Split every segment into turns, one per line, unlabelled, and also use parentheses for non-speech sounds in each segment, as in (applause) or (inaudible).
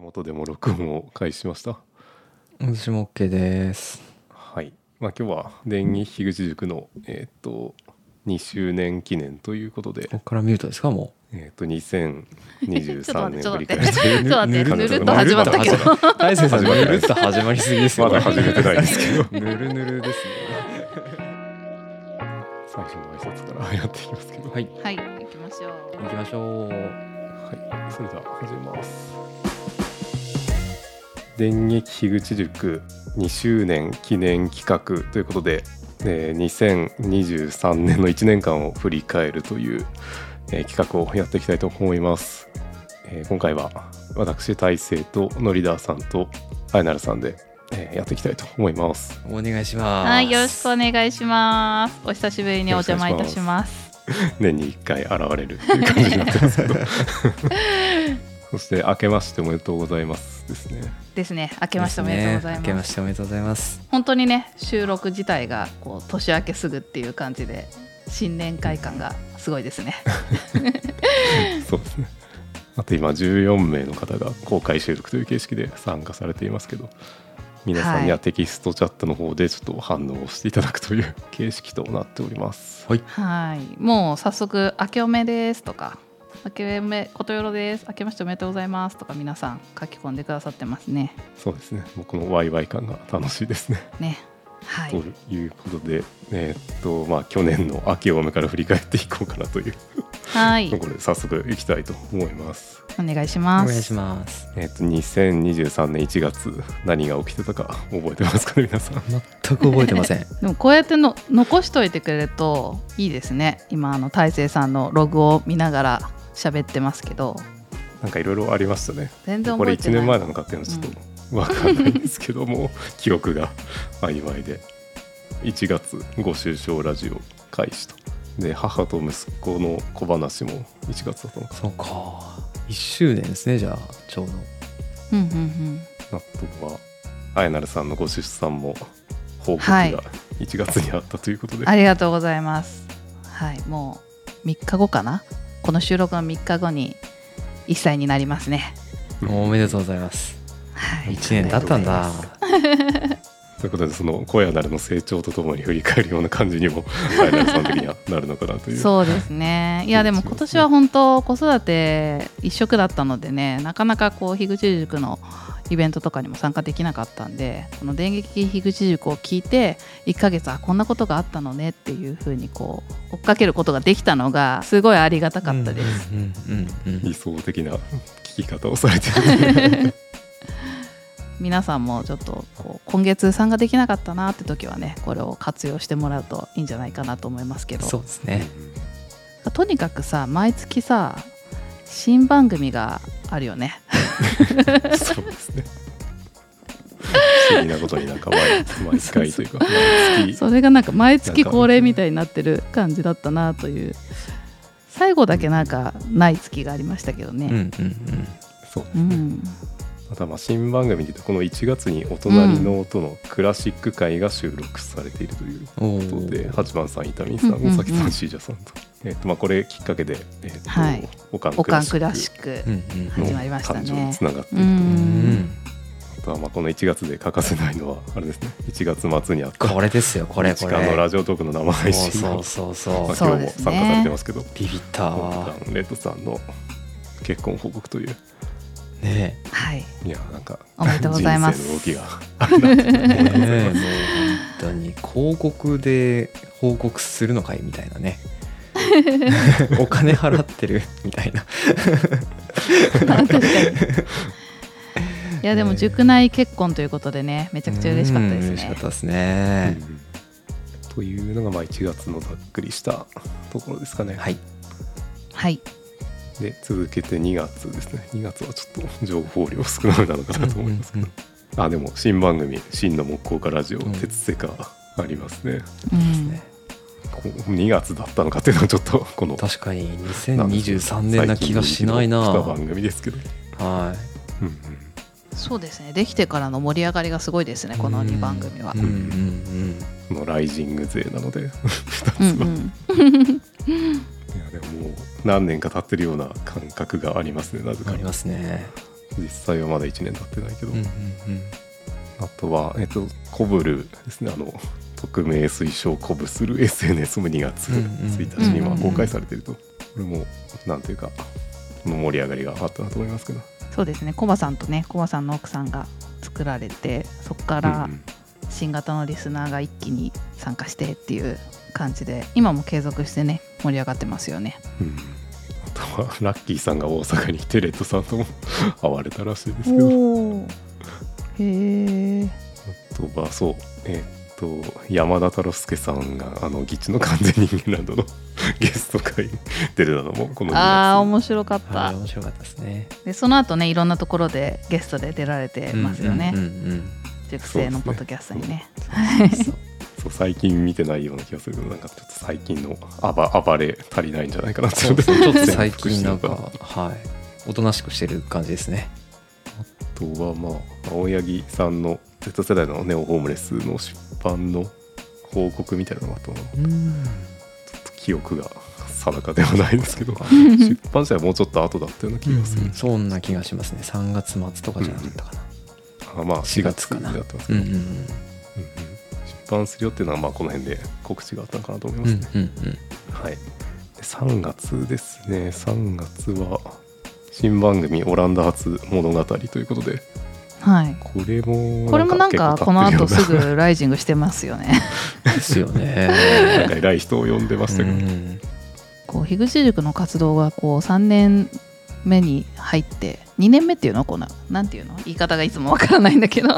ことでも録音を開始しました
私も OK です
はい、まあ、今日は電撃樋口塾のえーっと2周年記念ということで
こ、こからミュートですかも
えーっと2023年
ちょ
ぶり
っと待って
返し
ちょっと待
彼
って
女の
ぬるっと始まったけど
う大勢さん
始
ぬ
まり
るっと始まりすぎですよ
まだ始めてないですけど
ぬるぬるですね
最初の挨拶からやっていきますけど
はい
はい行きましょう
行きましょう
はい、それでは始めます。電撃樋口塾2周年記念企画ということで、えー2023年の1年間を振り返るという、えー企画をやっていきたいと思います。えー今回は私大成とノリダーさんとあやなるさんで、えーやっていきたいと思います。 (laughs)
お願いします
はいよろしくお
ね
願いしますお久しぶりにお邪魔いたします
年に1回現れるという感じになってますけど。 (laughs) そして明けましておめでとうございますですね。
ですね明けましておめでとうござい
明
ます
けましておめでとうございます
本当にね収録自体がこう年明けすぐっていう感じで新年会感がすごいです (laughs) ね
そうですね。あと今14名の方が公開収録という形式で参加されていますけど皆さんにはテキストチャットの方でちょっと反応をしていただくという形式となっております。
はい
はいもう早速明けおめですとか明けおめことよろです明けましておめでとうございますとか皆さん書き込んでくださってますね
そうですね。もうこのワイワイ感が楽しいですね。
ねは
と
い
いうことで、えーっとまあ去年の秋を目から振り返っていこうかなという
はい
ところで早速いきたいと思います。
お願いし
お
ます
願いします
えーっと2023年1月何が起きてたか覚えてますかね皆さん。
全く覚えてません
でもこうやっての残しといてくれるといいですね今あの大勢さんのログを見ながら喋ってますけど
なんかいろいろありましたね。
全然
こ
覚
れ
えて
1
ない
年前なのかっていうのはちょっとわかんないんですけども、 (laughs) 記憶が曖昧で1月ご就賞ラジオ開始とで母と息子の小話も1月だったのか
そうか1周年ですねじゃあちょうど
うんうんうん
なあとはあやなるさんのご出産も報告が
はい
1月にあったということで、
ありがとうございますはいもう3日後かなこの収録の3日後に1歳になりますね
おめでとうございます
はい
1年経ったんだ
ということでその小やなるの成長とともに振り返るような感じに
(laughs)
もあやなるさん的にはなるのかなという。
そうで
(laughs)
すねいやでも今年は本当子育て一色だったのでねなかなかこう樋口塾のイベントとかにも参加できなかったんでこの電撃樋口塾を聞いて1ヶ月あこんなことがあったのねっていうふうにこう追っかけることができたのがすごいありがたかったです、
うんうんうん
理想的な聞き方をされて
(laughs)
る
皆さんもちょっとこう今月参加できなかったなって時はねこれを活用してもらうといいんじゃないかなと思いますけど
そうですね
とにかくさ毎月さ新番組があるよね (laughs)
そうですね。不思議なことになんか毎毎回
(laughs)
というか毎月
それがなんか毎月恒例みたいになってる感じだったなという最後だけなんかない月がありましたけど
うんう
ね。
んうん
そう
うん
またまあ新番組で言うとこの1月に「お隣の音」のクラシック回が収録されているという
お
ことで、
ー
八番さん伊丹さん
うんうんうん
大崎さん椎者さんと,、えっとまあこれきっかけで「えっと
はい
オカン
お
クラ
かん
シ
クラ
ッ
シック
う。んうん
ク」
始まり
の
ましたね
感情につながっている
う
と、
うんん
あとはまあこの1月で欠かせないのはあれですね1月末にあった
これですよこれこ
日間の
れ
ラジオトークの生配信
そ
が
うそうそう
まあ
そう
そ
今
う
日も
ですね
参加されてますけど
ビビったわ
レッドさんの結婚報告という (laughs)
ね
はい。
いやなんか
おめでとうございます
人生の動きがあるなと
え (laughs) ねえもう本当に広告で報告するのかいみたいな
(laughs)
ねお金払ってるみたいな
確かに。いやでも
ね
塾内結婚ということでねめちゃくちゃ嬉しかったです
うん嬉しか
ね
っ。たですね、
というのがまあ1月のざっくりしたところですかね、
はい
はい。
で続けて2月ですね2月はちょっと情報量少なめなのかなと思いますけど、あでも新番組「真の木工家ラジオ
うん
鉄世界」ありますね、
う
うんうん
ん
ね
こう2月だったのかっていうのはちょっとこの
確かに2023年な気がしないな
2番組ですけど、
は
うんうん
そうですね。できてからの盛り上がりがすごいですね
い
この2番組は
うん。うんうん
このライジング勢なので
うんう
2つは
ん。
いやでももう何年か経ってるような感覚がありますねなぜ
うん
か
ありますね
実際はまだ1年経ってないけど、
うんうん
あとは、えっと、コブルですねあの匿名推奨コブする SNS も2月
うんうん
1日には公開されてると、これもなんていうかこの盛り上がりがあったなと思いますけど、
そうですねコバさんとねコバさんの奥さんが作られてそこか
う
ら
ん
新型のリスナーが一気に参加してっていう感じで今も継続してね盛り上がってますよね
うんあとはラッキーさんが大阪にいてレッドさんとも会われたらしいですけど
おへえ
あとはそうえっと山田太郎介さんがあの「ギチの完全人間ランド」の (laughs) ゲスト会に出るなのもこの2月
あー面白かっ
うん、は
た
い面白かったですね。
でその後ねいろんなところでゲストで出られてますよね、
うんうん
熟成のポッドキャストにね
うんそう
そう最近見てないような気がするけどなんかちょっと最近の (laughs) 暴暴れ足りないんじゃないかなって
そうそうちょっと
潜
最
伏し
近
て
な
る
ん
か
か、
ら
はい、おとなしくしてる感じですね。
(laughs) あとはまあ青柳さんの Z 世代のネオホームレスの出版の報告みたいなのがあったのちょ
うん、
っと記憶が定かではないですけど出版社はもうちょっと後だったような気がする、
そんな気がしますね。3月末とかじゃなかったかな。
あまあ4
4
月
月
か
か
な
な
ってますけ
うん
ど、
うんうん
うんうん出版するよっていうのはまあこの辺で告知があったのかなと思いま
う
す
ん
ね、
うん
はい、で3月ですね3月は新番組「オランダ発物語」ということで
はい
これも
これもなんかこの
結構
後
たっ
すぐライジングしてますよね
うん。ですよね。
ぷりようななんか偉い人を呼んでました
う
け
(laughs)
ど、
ん
こう樋口塾の活動がこう3年目に入って2年目っていうのこんななんていうの言い方がいつもわからないんだけど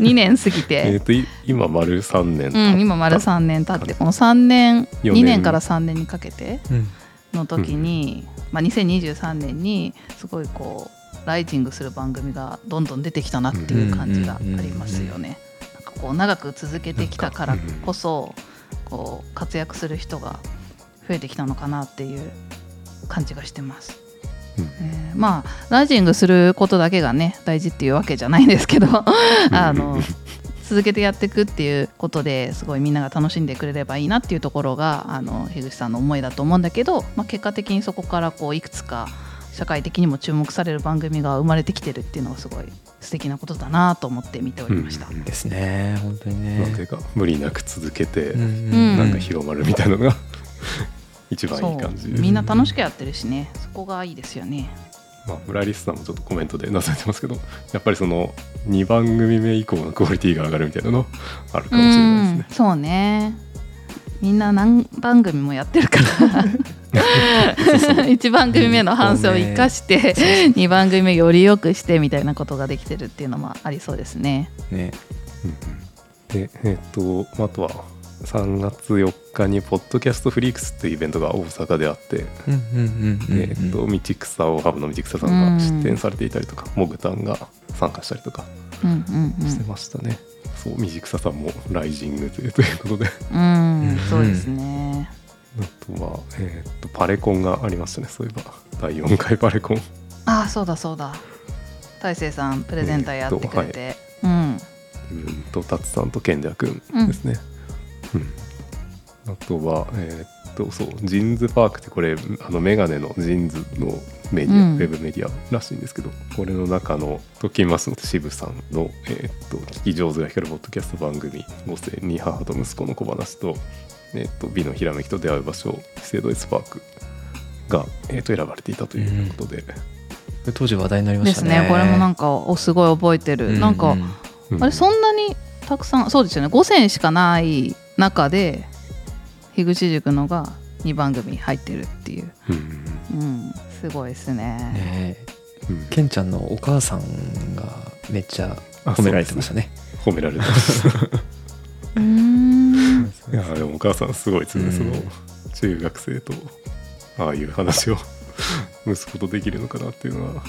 2年過ぎ
え
て
っ、とい今丸3年
う
経った
ん、今丸3年経ってこの3年
四年
2年から3年にかけて
うん
の時に、まあ、2023年にすごいこうライジングする番組がどんどん出てきたなっていう感じがありますよね。なんかこう長く続けてきたからこそこう活躍する人が増えてきたのかなっていう感じがしてます。
うん
えーまあライジングすることだけがね大事っていうわけじゃないんですけどあの続けてやっていくっていうことですごいみんなが楽しんでくれればいいなっていうところがあの樋口さんの思いだと思うんだけど、まあ、結果的にそこからこういくつか社会的にも注目される番組が生まれてきてるっていうのがすごい素敵なことだなと思って見ておりました。
うんうん
ですね、本当に
なんてい
ね
う。か無理なく続けて、
うん
うん
なんか広まるみたいなのが (laughs) 一番いい感じ
そうみんな楽しくやってるしねそこがいいですよね。
まあ、ブラリスさんもちょっとコメントでなされてますけどやっぱりその2番組目以降のクオリティが上がるみたいなのあるかもしれないですね
うん。そうねみんな何番組もやってるか
(laughs)
ら1番組目の反省を生かして2番組目より良くしてみたいなことができてるっていうのもありそうですね。
ね、
でえっとまああとは3月4日に「ポッドキャストフリークス」っていうイベントが大阪であって、
うんうんうんうん
でえっと、道草をハブの道草さんが出演されていたりとか、モグタンが参加したりとか
うんうんうん
してましたね。そう道草さんも「ライジング勢」ということで
うん
うん
そうですね。
あとは、えっとパレコンがありましたねそういえば第4回パレコン
ああそうだそうだ。大成さんプレゼンターやってくれて、うん
自分と達さんと賢者くんですね、うんあとはえーっとそうジーンズパークってこれあのメガネのジーンズのメディア、
うん
ウェブメディアらしいんですけどこれの中のトキマスの渋さんの「えーっと聞き上手が光るポッドキャスト番組5選に母と息子の小話と」えーっと美のひらめきと出会う場所資生堂エスパークが、えーっと選ばれていたということで、
これ当時話題になりま
で
した
す
ね。
ねこれもなん
か、
かおすごい覚えてる、なんか、
う
あれそんなにたくさんそうですよね5選しかない中で樋口塾のが2番組入ってるっていう、
うんうん
うん、すごいですね
ねえ、
うん
ケンちゃんのお母さんがめっちゃ褒められてましたね。
褒められてま
(laughs)
した
うーん
いやでもお母さんすごいですね、
うん
その中学生とああいう話を (laughs) 息子とできるのかなっていうのは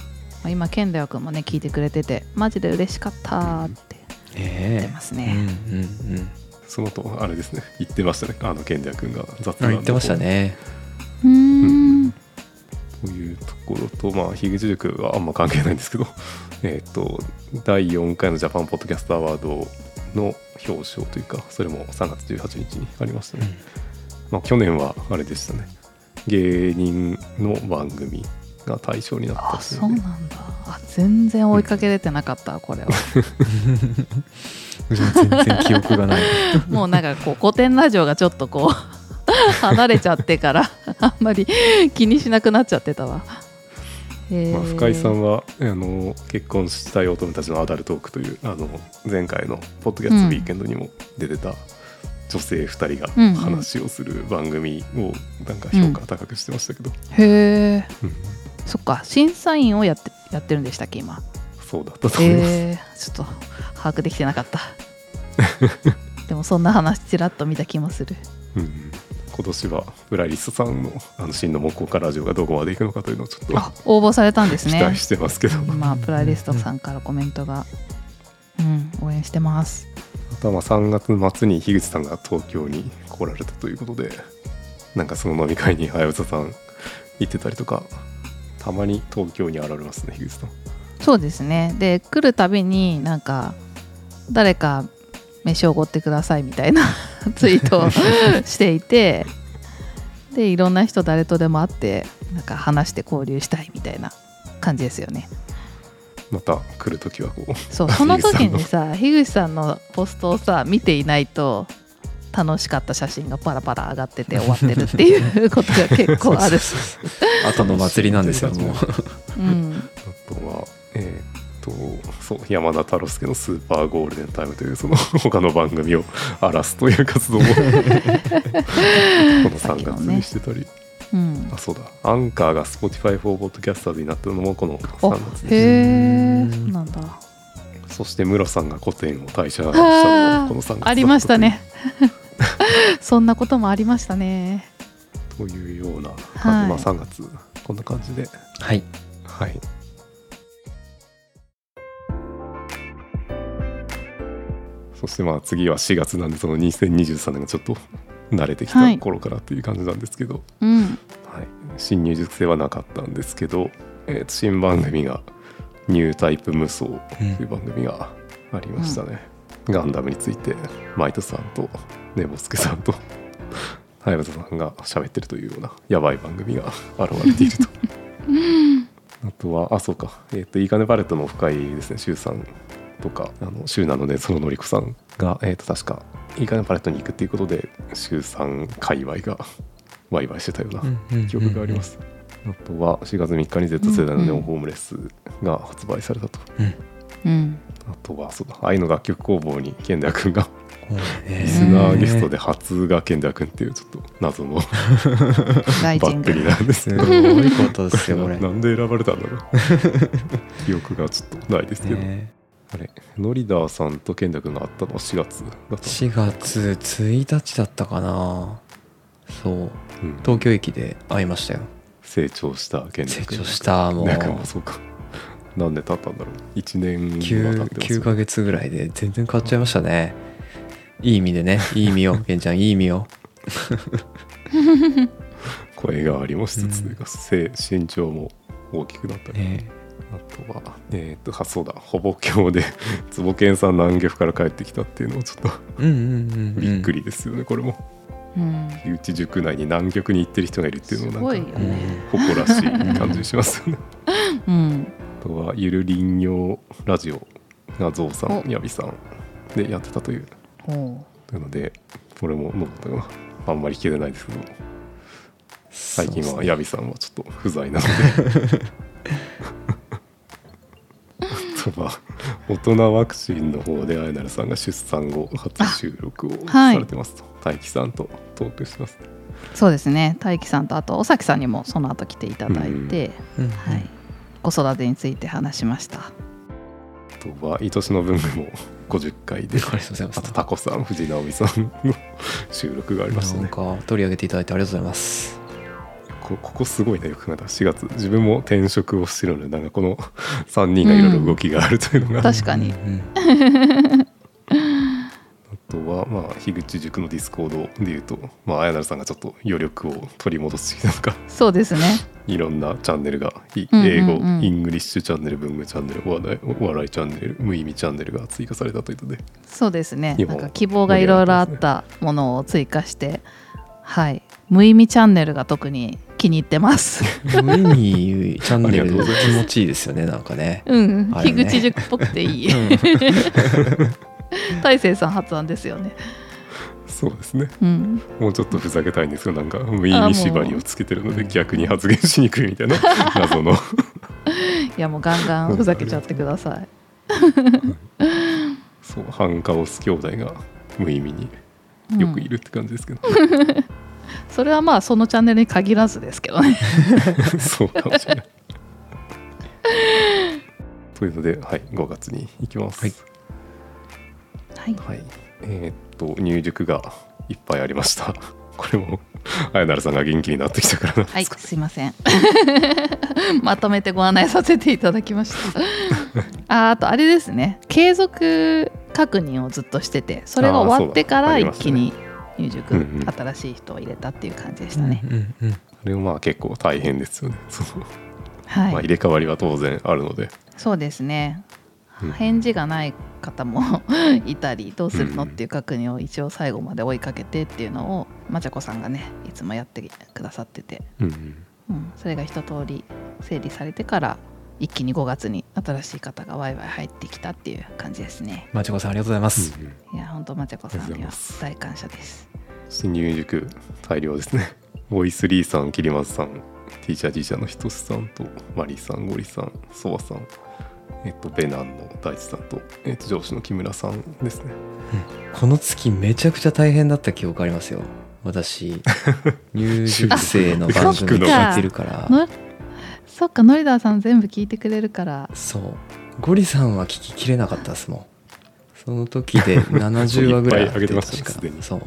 今健太君もね聞いてくれててマジで嬉しかったって言って
ね
ます
え。う
ね、
んうんうん。
その後あれですね言ってましたねあの賢者君が雑
あ
談
言ってましたね。
うーん
というところとまあ樋口塾はあんま関係ないんですけど (laughs) えっと第4回のジャパンポッドキャストアワードの表彰というかそれも3月18日にありましたね、まあ、去年はあれでしたね芸人の番組が対象になった
あ
ってい
そうなんだあ全然追いかけれてなかったこれ
(laughs)
は
全然記憶 (laughs) がない
もうなんかこう古典ラジオがちょっとこう離れちゃってからあんまり気にしなくなっちゃってたわ、へー
まあ、深井さんはあの結婚したい乙女たちのアダルトークというあの前回のポッドキャストウィークエンドにも出てた女性2人が
うんうん
話をする番組をなんか評価高くしてましたけど、
へえ
うん
そっか審査員をやってやってるんでしたっけ今
そうだったと思います。
えー、ちょっと把握できてなかった
(laughs)
でもそんな話ちらっと見た気もする
うん今年はブライリスさんのあの真の木工家ラジオがどこまで行くのかというのをちょっと
あ応募されたんです
期
ね
待してますけど、
今プライリストさんからコメントが、うん、応援してます。
あとはまあ3月末に樋口さんが東京に来られたということでなんかその飲み会にはやぶささん行ってたりとかたまに東京に現れますね樋口さん
そうですね。で来るたびになんか誰か飯をおごってくださいみたいな (laughs) ツイー (laughs) トをしていて、でいろんな人誰とでも会ってなんか話して交流したいみたいな感じですよね。
また来るときはこう
そうその時にさ樋口さんのポストをさ見ていないと。楽しかった写真がパラパラ上がってて終わってるっていうことが結構 (laughs) ある。
後の祭りなんですよもう
うん、
あとはえーっとそう山田太郎介の「スーパーゴールデンタイム」というその (laughs) 他の番組を荒らすという活動をこの3月にしてたり、
うん
あ、そうだアンカーが Spotify for Podcasters になったのもこの
あ
3月に
へえ
うん
そうなんだ
そしてムロさんが古典を退社したのもこの3月だったという
ありましたね (laughs) そんなこともありましたね
というような感じ、
はい
まあ3月こんな感じで
はい
はいそしてまあ次は4月なんでその2023年がちょっと慣れてき
は
た
い
頃からっていう感じなんですけど、
うん
はい、新入塾生はなかったんですけど、えーと新番組が「ニュータイプ無双」という番組がありましたね、ガンダムについてマイトさんとネボスケさんと (laughs) ハヤブサさんが喋ってるというようなやばい番組が現れていると。あとはあそうか、えー、といいかねパレットのオフ会ですね周さんとかあの周なのでそののりこさんが、えー、と確かいいかねパレットに行くっていうことで周さん界隈がワイワイしてたような記憶があります。あとは4月3日に Z 世代のネオホームレスが発売されたと。
うん
あとはそうだ愛の楽曲工房に健太君がリ
リ
スナーゲストで初が健太君っていうちょっと謎の
大
バッ
臣
テリーなんです
す
け
ご
ど
いことですよこ
な
れ
なんで選ばれたんだろう (laughs) 記憶がちょっとないですけど、
ね
あれノリダーさんと健太君が会ったのは4月だった
4月1日だったかなそう
の、うん
東京駅で会いましたよ
成長した健
成
太君
長したもう
なんかもうそうか何年経ったんだろう1年は経っ
9,
てますよ
9ヶ月ぐらいで全然変わっちゃいましたねいい意味でねいい意
(laughs)
味よケンちゃんいい意味よ
声がありもしつつ、
うん
というか背身長も大きくなったり、
ね
あとはえっ、とあそうだほぼ今日で (laughs) 坪健さん南下府から帰ってきたっていうのもちょっと
うんうんうんうん
びっくりですよね、これも
うん
木内塾内に南極に行ってる人がいるっていう
す
のも
ご
ない
よ
んか
うん
ね
誇らしい感じしますよね (laughs)
うん
あとはゆるりんようラジオがゾウさん
お
やびさんでやってたという
おう
なのでこれもどうだったかなあんまり聞けてないですけど最近
そう
は
っすね
ヤビさんはちょっと不在
(laughs)
なのであとは大人ワクチンの方であやなるさんが出産後初収録を
は
さ
い
れてますと、大輝さんとトークしてます
そうですね大樹さんとあと尾崎さんにもその後来ていただいて、
うん
はい、子育てについて話しました
あとは愛しの文具も50回
あり
で
がとうございま
あ
す
とタコさん藤井直美さんの収録がありました
な
ね
んか取り上げていただいてありがとうございます
こここすごいねよく考えたら4月自分も転職をしてるのでなんかこの3人がいろいろ動きがあるというのが、あ
確かに
うん
とはまあ樋口塾のディスコードでいうとまあ綾成さんがちょっと余力を取り戻してきたのか
そうですね
(laughs) いろんなチャンネルがい
うんうんうん
英語、イングリッシュチャンネル文具チャンネルお笑いお笑いチャンネル無意味チャンネルが追加されたということで
そうですね。
日
な
本
んか希望がいろいろあったものを追加して、はい、無意味チャンネルが特に気に入っ
(laughs)
てます。
無にチャンネ
ありがとう
ル
ございます
気持ちいいですよねなんか
(laughs)
ね。
うん、
あれね
樋口塾っぽくていい。大勢さん発案ですよね。
そうですね
うん、
もうちょっとふざけたいんですけどなんか耳縛りをつけてるの
あも
で
う
逆に発言しにくいみたいな (laughs) 謎の
いやもうガンガンふざけちゃってください。
そう反カオス兄弟が無意味に
うん
よくいるって感じ
(laughs)
ですけど、
それはまあそのチャンネルに限らずですけどね。
そうかもしれない。というので、はい、5月に行きます。
はい
は
は
い。
いえーっと、入塾がいっぱいありました。 (laughs) これも、あやなるさんが元気になってきたからなん
は
で
い、
すか。
すいません。 (laughs) まとめてご案内させていただき
(laughs)
ました。ああとあれですね、継続確認をずっとしてて、それが終わってか
あー
ら
そうだ
一気に入塾、
ありましたねうんうん
新しい人を入れたっていう感じでしたね。
うんうん
あれもまあ結構大変ですよね。その
はい、
まあ入れ替わりは当然あるので。
そうですね
うん。
返事がない方も (laughs) いたりどうするの
うん
っていう確認を一応最後まで追いかけてっていうのをまちゃこさんがねいつもやってくださってて
うん
うん、それが一通り整理されてから一気に5月に新しい方がワイワイ入ってきたっていう感じですね
マチコさんありがとうございます。
いやほんとまちゃこさん
あり
に
がとうございます
は大感謝です
新入塾大量ですね。 (laughs) ボイスリーさん、キリマズさん、ティーチャーティーチャーのひとしさんと、マリーさん、ゴリさん、ソワさん、えっと、ベナンの大地さんと、えっと、上司の木村さんですね。
この月めちゃくちゃ大変だった記憶ありますよ。私入塾生の番組聞いてる
(laughs)
から。
のそっかノリダーさん全部聞いてくれるから
そうゴリさんは聞ききれなかったですもんその時で70話ぐらいあって
いっぱい上げてましたね
確か
すでに
そう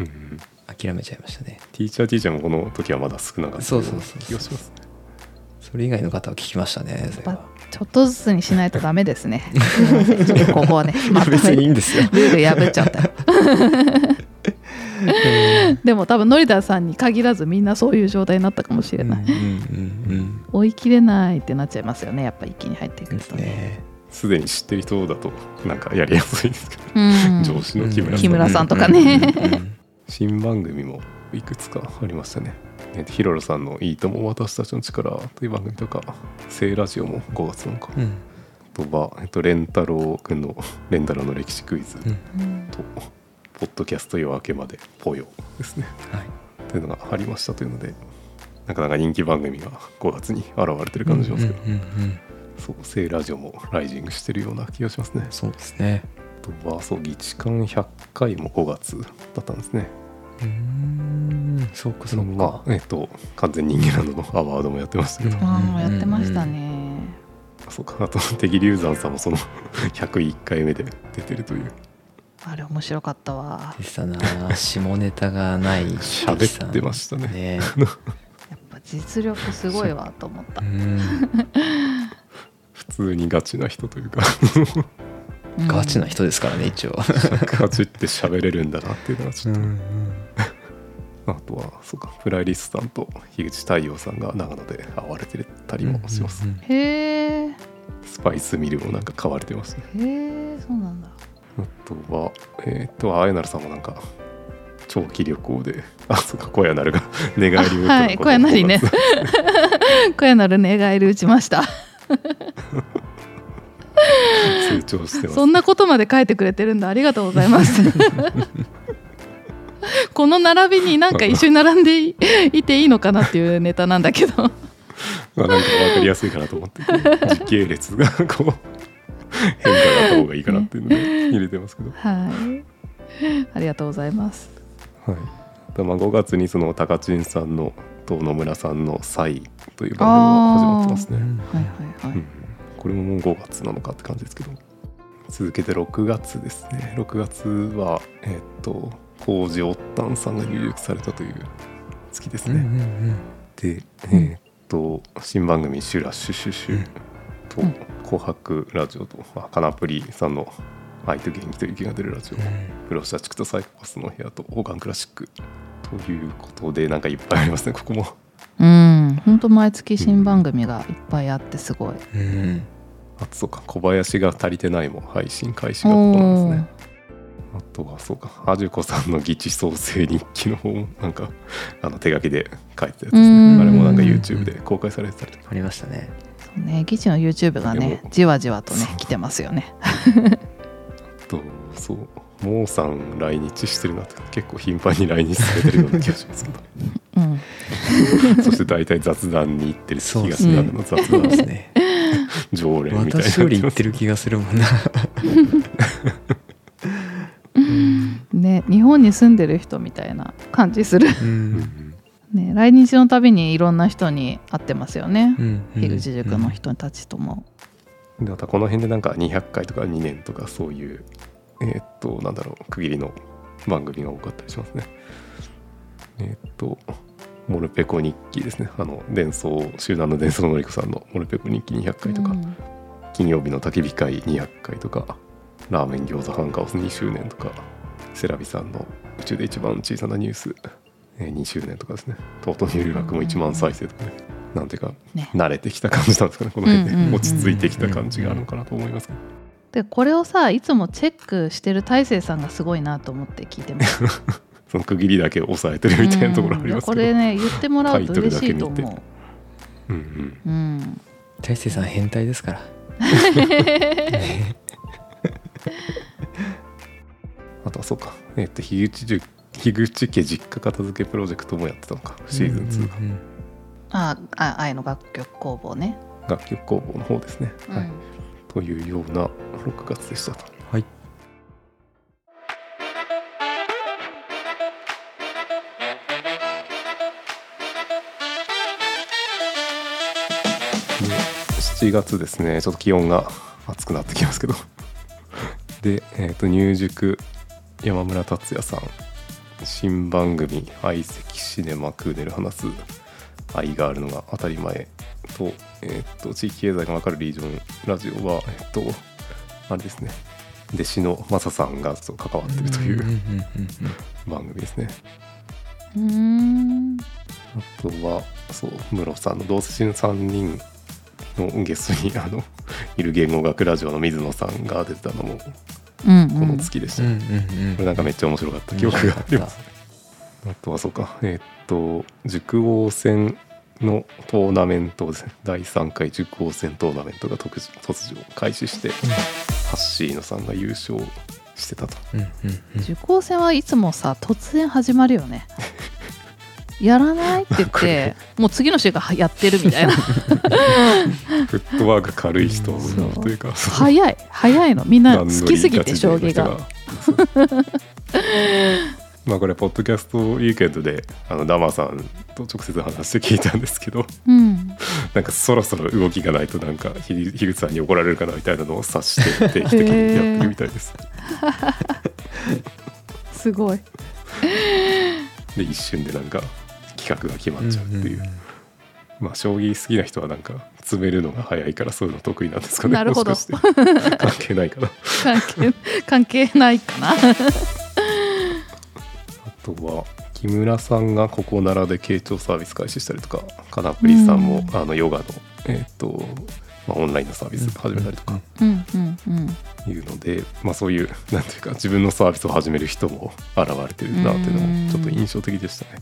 うん
諦めちゃいましたね
ティーチャーティーチャーもこの時はまだ少なかった
そうそうそうそう
気がしますね。
それ以外の方は聞きましたねそれは
ちょっとずつにしないとダメです
(laughs)
ねすいませんちょっとここをねま (laughs) と
別
め
にいい
ル
んですよ
ール破っちゃったよでも多分ノリダーさんに限らずみんなそういう状態になったかもしれ
うん
ない、
うん
追い切れないってなっちゃいますよねやっぱ一気に入って
う
く
ん
るとね
ね
すでに知ってる人だとなんかやりやすいですけど、
うん
上司の木村さん,、
木村さんとかね
うんうんうん
新番組もいくつかありましたね。えっとヒロロさんの「いいとも私たちの力」という番組とか「聖ラジオ」も5月なんか、
うん
あとは、えっと、レンタロウ君の「レンタロウの歴史クイズ」
うん
うん
と「ポッドキャスト夜明けまでぽよ」ですね
はい
というのがありましたというのでなかなか人気番組が5月に現れてる感じしますけど、
うんうんうん
そう聖ラジオもライジングしてるような気がしますね。
そうですね
あとはそう「議事館100回」も5月だったんですね。
うんそうかそうか、
まあえっと完全人間などのアワードもやってましたけど、
うん
ああもうやってましたね、
そうかあと敵龍山さんもその (laughs) 101回目で出てるという
あれ面白かったわ
でしたな下ネタがない
喋ってましたね
ね
やっぱ実力すごいわと思った
う、ん
普通にガチな人というか
うん
ガチな人ですからね一応
ガチって喋れるんだなっていうのがちょっと、
ん
あとはそうかプライリスさんと樋口太陽さんが長野で会われてたりもします、
うんうんうん
へえへ
スパイスミルもなんか買われてますね
えそうなんだ
あとは、えーっと、あやなるさんもなんか、長期旅行で、あ、そうか、小屋なるが (laughs) 寝返りを打ったのが
はい小屋なり
(laughs)
ね
この5
小屋なる寝返り打ちました
月成長してます。
そんなことまで書いてくれてるんだありがとうございます
(laughs)
この並びになんか一緒に並んでいいていいのかなっていうネタなんだけど
まあ、なんか分かりやすいかなと思って、時系列が (laughs) こう、変化があった方がいいかなっていうので入れてますけど。
はいありがとうございます
はい。あとまあ5月にその、高知さんの、と野村さんのサイという番組が始まってますね。
はいはいはい、
うんこれももう5月なのかって感じですけど続けて6月ですね6月はえーっと工事おったんさんが入力されたという月ですね、でえーっと新番組「シュラシュシュシュ」と
うん
「紅白ラジオと」あカナプリさんの「愛と元気と雪が出るラジオ」プロ社畜とサイコパスの部屋」と「オーガンクラシック」ということでなんかいっぱいありますねここも
うん、本当毎月新番組がいっぱいあってすごい。
うん
あそうか小林が足りてないも配信開始があったんですねあとはそうかアジュコさんの「義地創生日記」の方もなんか (laughs) あの手書きで書いてたやつです
う
ね
ん
あれもなんか YouTube で公開されてたりとか
ありましたね
そうねギチの YouTube が
で
ね
も
じわじわとね
そう
来てますよね
あとそうモーさん来日してるなって結構頻繁に来日されてるような気がしますけ
(laughs)
ど
うん
そして大体雑談に行ってる気
そう
が
ですす
る
ね
なの雑
そう
談
ですね
常連みたいな
私より言ってる気がするもんな
ね日本に住んでる人みたいな感じする
う
うんうんん
ね来日のたびにいろんな人に会ってますよね
うんうん
樋口塾の人たちとも
でまたこの辺でなんか200回とか2年とかそういうえーっとなんだろう区切りの番組が多かったりしますねえーっとモルペコ日記ですねあの伝送集団の伝送のりこさんのモルペコ日記200回とか、
うん
金曜日の焚き火会200回とかラーメン餃子ハンカオス2周年とかセラビさんの宇宙で一番小さなニュースえー2周年とかですねとうとう入学も1万再生とかねなんていうか
ね
慣れてきた感じなんですかねこの辺
うんうんうん
で落ち着いてきた感じがあるのかなと思いますけど
でこれをさいつもチェックしてる大勢さんがすごいなと思って聞いてます
(laughs) その区切りだけ抑えてるみたいなところあります
うん
け
こ
ど
れね言ってもらうと嬉しいと
タイトルだ
思
うんうん
う、うん、
大勢さん変態ですから
あとはそうかえーっと樋口塾樋口家実家片付けプロジェクトもやってたのかシーズン2が
うんうんうん
ああ愛の楽曲工房ね、
楽曲工房の方ですね、
うん
はい、というような6月でしたと。
はい
7月ですねちょっと気温が暑くなってきますけど (laughs) で、えー、と入塾山村達也さん新番組「相席シネマクーネル話す愛があるのが当たり前と」えー、と地域経済がわかるリージョンラジオはえっ、とあれですね弟子のマサさんがそう関わってるとい
んん
うん
うんうん
番組ですね
うーん
あとはそうムロさんの同世代の3人のゲストにあのいる言語学ラジオの水野さんが出てたのも
うん
こ
う
の
ん
月でした、
う
こ
んうんうん
れなんかめっちゃ面白かった記憶がありますあとはそうかえーっと塾王戦のトーナメントですね第3回塾王戦トーナメントが特殊突如開始して、ハッシーノさんが優勝してたと
うんうんうん
受講生はいつもさ突然始まるよね (laughs) やらないって
(laughs)
言っ
こ
てもう次の週がやってるみたいな
フットワーク軽い人というかそう
早い早いのみんな
段
好
取り
きすぎて将棋
ガ
が
チで (laughs) まあこれポッドキャストウィークエンドであのダマさんと直接話して聞いたんですけど (laughs)
うん
なんかそろそろ動きがないとなんかひ樋口さんに怒られるかなみたいなのを察して定期的にやってるみたいです。
すごい
で一瞬でなんか企画が決まっちゃうっていう、
んんん
まあ将棋好きな人はなんか詰めるのが早いからそういうの得意なんですかね
なるほど
もしかして (laughs) 関係ないかな。
関係関係ないかな
あとは木村さんがここならで傾聴サービス開始したりとかかなプリさんも、
うん
あのヨガの、えっとまあ、オンラインのサービス始めたりとか
(laughs) うんうんうん
いうので、まあ、そういうなんていうか自分のサービスを始める人も現れてるなというのもちょっと印象的でしたね。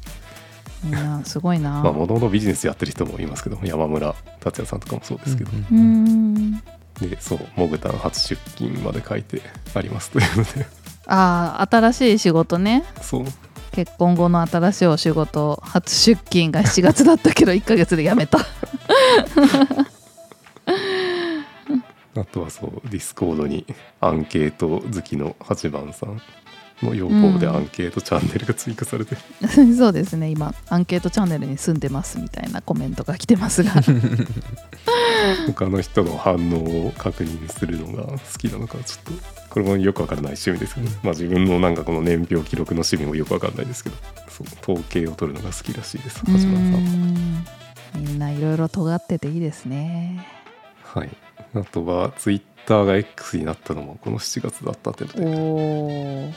みんなすごいな、
まあもともとビジネスやってる人もいますけど山村達也さんとかもそうですけど、
うん
うー
うん
ん
でそう「モグタン初出勤まで書いてあります」というので (laughs)
ああ新しい仕事ね
そう
結婚後の新しいお仕事初出勤が7月だったけど1ヶ月で辞めた (laughs)
あとはそうディスコードにアンケート好きの8番さんの要望で
うん
アンケートチャンネルが追加されて、
そうですね今アンケートチャンネルに住んでますみたいなコメントが来てますが
他の人の反応を確認するのが好きなのかちょっとこれもよくわからない趣味ですけど、
うん
まあ自分のなんかこの年表記録の趣味もよくわかんないですけどそう統計を取るのが好きらしいです
う
8
ー
番さんは。
んみんないろいろ尖ってていいですね
はい、あとはツイッターが X になったのもこの7月だったっての
お
で
お、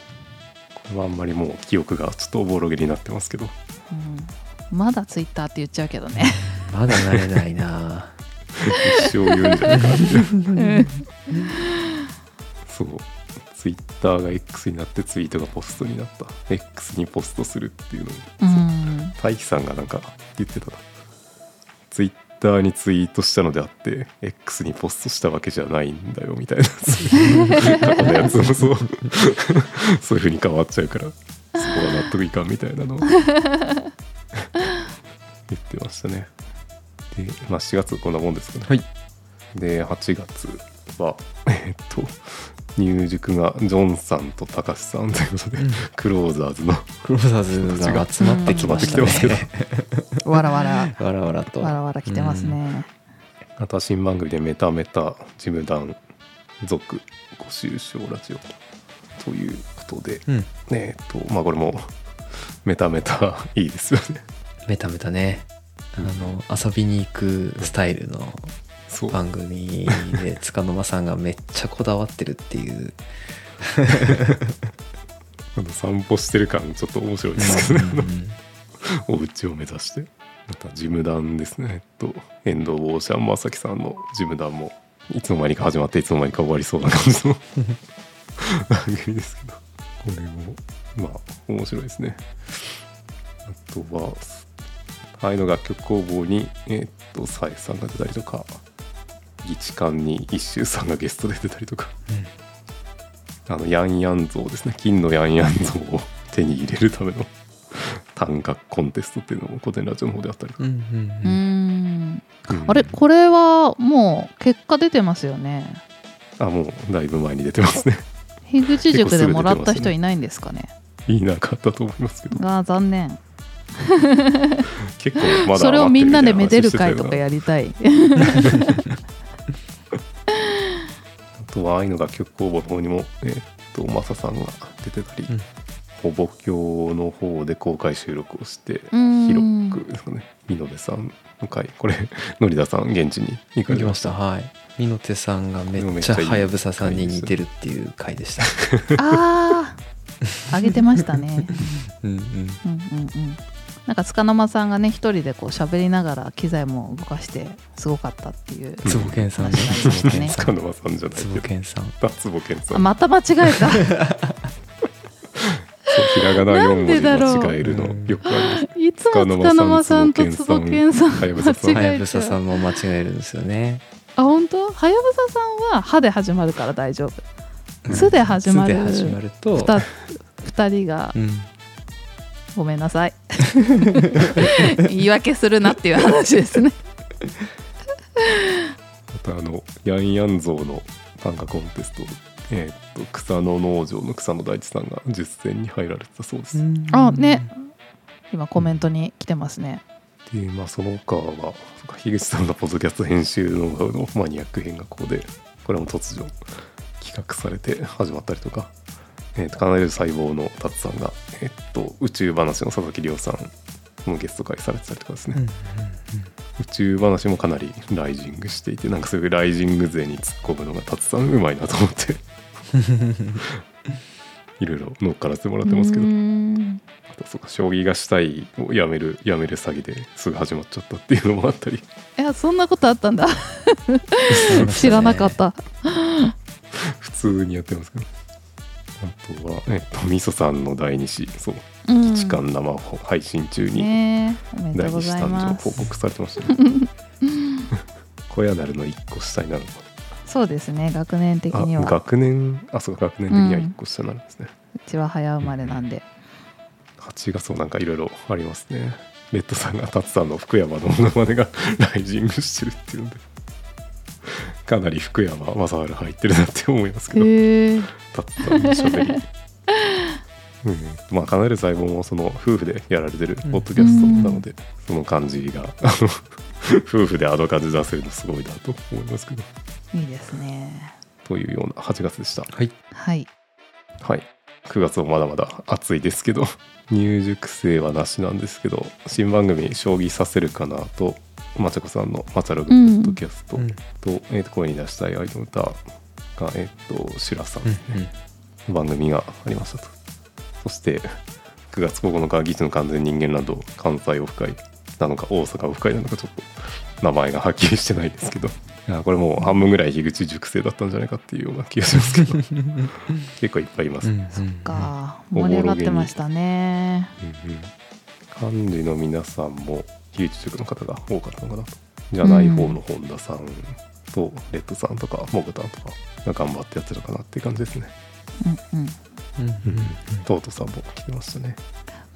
これはあんまりもう記憶がちょっとおぼろげになってますけど
うん、まだツイッターって言っちゃうけどね
まだ慣れないな
一生言うんじゃないかなみたいなそうツツイッターが X になってツイートがポストになった X にポストするっていうのを (laughs)
うん
大輝さんがなんか言ってたなツイッターにツイートしたのであって X にポストしたわけじゃないんだよみたいな (laughs) 過去のやつもそうそういう風に変わっちゃうからそこが納得いかんみたいなのを (laughs) 言ってましたねで、まあ、4月こんなもんですかね
はい
で8月はえっと入塾がジョンさんと高橋さんということで、
うん
クローザーズの
クローザーズが集まってきました
集まってきてます
ね。
わらわら
わらわらと。
わらわら来てますね、
あとは新番組で「メタメタジム団族ご愁傷ラジオ」ということで、
うん。
えっとまあこれもメタメタいいですよね。
メタメタね。あの遊びに行くスタイルの
そう
番組でつかの間さんがめっちゃこだわってるっていう、
あの散歩してる感ちょっと面白いですけどね、お家を目指してまたジム団ですねえっと遠藤オーシャン正樹さんのジム団もいつの間にか始まっていつの間にか終わりそうな感じの番組ですけどこれもまあ面白いですねあとは愛の楽曲工房にえっとさえさんが出たりとか義地館に一周さんがゲストで出たりとかあのヤンヤン像ですね金のヤンヤン像を手に入れるため
(laughs)
の短歌コンテストっていうのも古典ラジオの方であったりとか、
うんうん
う
うんん
うん
あれこれはもう結果出てますよね
あもうだいぶ前に出てます
(laughs)
ね
樋口塾でもらった人いないんですかね
いいなかったと思いますけど
が残念
結構まだ
それをみんなでめでる会
会
とかやりたい
あとは愛の楽曲工房の方にもえーっとマサさんが出てたり、
うん
ほぼ教の方で公開収録をして
うん
広くですかね美濃部さんの回これ (laughs) のりださん現地に行か
行
れ
き
ま
ま
し
したたはい美濃手さんがめ
でもめ
っ
っ
ち
ちゃ
ゃ
いい
はやぶささんに似てるっていう回でした
あああげてましたね
うんうん
うんうんうんなんか束の間さんがね一人でこう喋りながら機材も動かしてすごかったっていう
うん
坪健さん
話なんですね
塚沼さんじゃないけ
坪
ど
健さん
脱ぼけんさ
あ
ん
また間違えた
ひらがな4文字
なんでだろう
間違えるのよくあります
いつも束の間さんとつぼけんさん
はやぶささん
は
間違
や
え
ぶ
ち
ささ
ゃうん
も間違えるんですよね
あ本当はやぶささんは「歯で始まるから大丈夫「つ」で始まる
で始まると
ふた二人が
うん
ごめんなさい (laughs) 言い訳するなっていう話ですね
あとあのヤンヤン像の短歌コンテスト、えーっと草野農場の草野大地さんが10選に入られてたそうです、
あね今コメントに来てますね
でまあその他はそうか樋口さんのポッドキャスト編集ののマニアック編がここでこれも突如企画されて始まったりとか「えー、と奏でる細胞」の達さんが、えーっと宇宙話の佐々木亮さんもゲスト会されてたりとかですね、
うん
宇宙話もかなりライジングしていてなんかそういうライジング勢に突っ込むのがたつさんうまいなと思って
(laughs)
いろいろ乗っからせてもらってますけど
うーん
あとそうか将棋がしたいをやめるやめる詐欺ですぐ始まっちゃったっていうのもあったり
いやそんなことあったんだ
うん
知らなかった
普通にやってますけどあとは、えっと、みそさんの第2子そう
うん
基地間生配信中に
ねえおめ
第
でと
二
う
子
ござい
誕生
ま
報
す
告されてましたね
(laughs)
小屋なるの1個下になるのかな
そうですね学年的
あ
には
学年あそうか学年的には1個下なんですね、
うちは早生まれなんで
8月もなんかいろいろありますねレッドさんがタツさんの福山のモノマネがライジングしてるっていうのでかなり福山雅治入ってるなって思いますけど
へえ
タツさんのしゃべりうんまあカナエル細胞もその夫婦でやられてるポッドキャストなので、その感じがあの夫婦であの感じ出せるのすごいなと思いますけど
いいですね
というような8月でした
はい
はい
はい、9月もまだまだ暑いですけど (laughs) 入塾生はなしなんですけど新番組「将棋させるかな」とまちゃこさんの「まちゃログ」ポッドキャスト
うん
と,、えーと声に出したい愛の歌が、えー、とシュラさん
う
の
んうん
番組がありましたと、そして9月9日「技術の完全人間ランド」
(laughs)
関西オフ会なのか大阪オフ会なのかちょっと名前がはっきりしてないですけどいやこれもう半分ぐらい樋口塾生だったんじゃないかっていうような気がします
(laughs)
けど結構いっぱいいます、うん
そっ
か
うん
盛り上がってましたね
うん幹事の皆さんも樋口塾の方が多かったのかなじゃない方の本田さんとレッドさんとかモグタンとかが頑張ってやってたかなっていう感じですね
うんうん
トートさんも来てましたね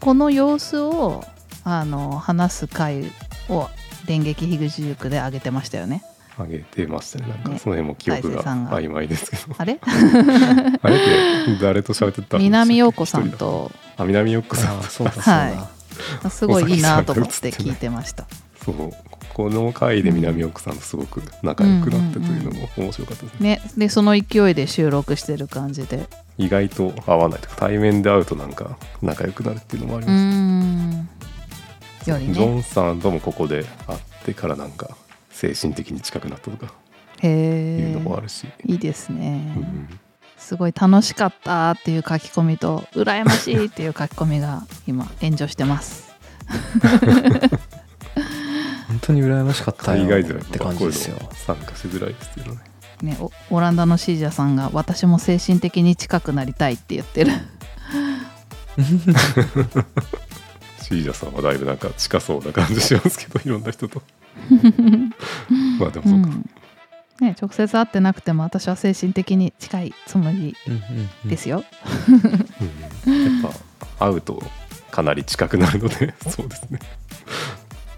この様子をあの話す回を電撃樋口塾で上げてましたよね
あげてましたねなんか
ね
その辺も記憶
大勢
が
さんが
曖昧ですけ
(laughs)
ど (laughs)
あれ
あれって誰と喋ってたんでしたっけ
南陽子さん
一人だ
と
あ南陽子さん
あ
と
そうだそう
はい
だ
すごいいいなと思って聞いてました
そうこの回で南奥さんとすごく仲良くなってというのも面白かったですね、
ねでその勢いで収録してる感じで
意外と合わないとか対面で会うとなんか仲良くなるっていうのもあり
うー
ます、
んより
ジョ
ね
ンさんともここで会ってからなんか精神的に近くなったとかい
へ
うのもあ
え
るし、
いいですね、
うん
すごい楽しかったっていう書き込みと羨ましいっていう書き込みが今炎上してます
本当に羨ましかったよ
海外勢
っ
は
て感じですよ
こういうの参加しづらいですよね
ね、おオランダのシージャさんが私も精神的に近くなりたいって言ってる
シージャさんはだいぶなんか近そうな感じしますけどい (laughs) ろんな人
(laughs)
とまあでも
う
そうか、
んね、直接会ってなくても私は精神的に近いつもり
うんうんうん
ですよ、
うんやっぱ会うとかなり近くなるの
(laughs)
でそうですね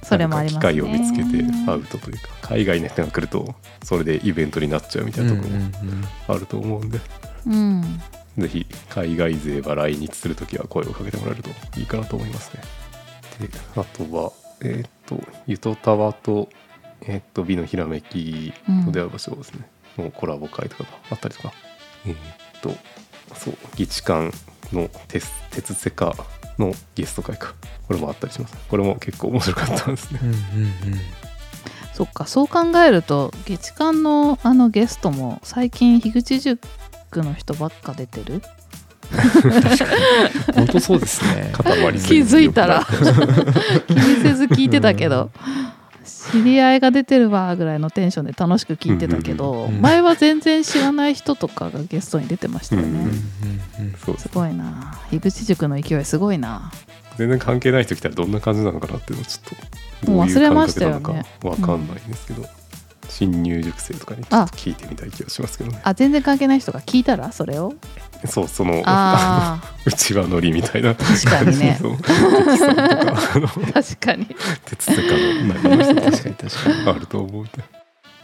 それもありますね
なんか機会を見つけて会うとというか海外の人が来るとそれでイベントになっちゃうみたいなところもあると思うんで、
うん、
ぜひ海外勢は来日するときは声をかけてもらえるといいかなと思いますね。であとはえーっ、とゆとたわとえーっ、と美のひらめきと出会う場所ですね、のコラボ会とかがあったりとかえーっ、とそう議事館の鉄鉄セカのゲスト会かこれもあったりしますこれも結構面白かったんですね
うんうんうん
そっかそう考えると月間のあのゲストも最近樋口塾の人ばっか出てる
うん (laughs) 本当そうです (laughs) ね
塊す
気
ぎて
づいたら (laughs) 気にせず聞いてたけど、知り合いが出てるわぐらいのテンションで楽しく聞いてたけど、
うんうんうん
前は全然知らない人とかがゲストに出てましたよね、
うんうん
うんうん
そうです
すごいな樋口塾の勢いすごいな
全然関係ない人来たらどんな感じなのかなっていうのをちょっとど
もう
ういう
忘れ
感
まし
覚
た
な
よ
の
ね
かわかんないんですけど、新入塾生とかにちょっと聞いてみたい気がしますけどね
あ全然関係ない人が聞いたらそれを
そうその (laughs)
ああ
うちわ乗りみたいな
確かにね
そう鉄さんとかあの
(laughs) 確かに
鉄とかの中の人と
確かに確かに
かあると思うんで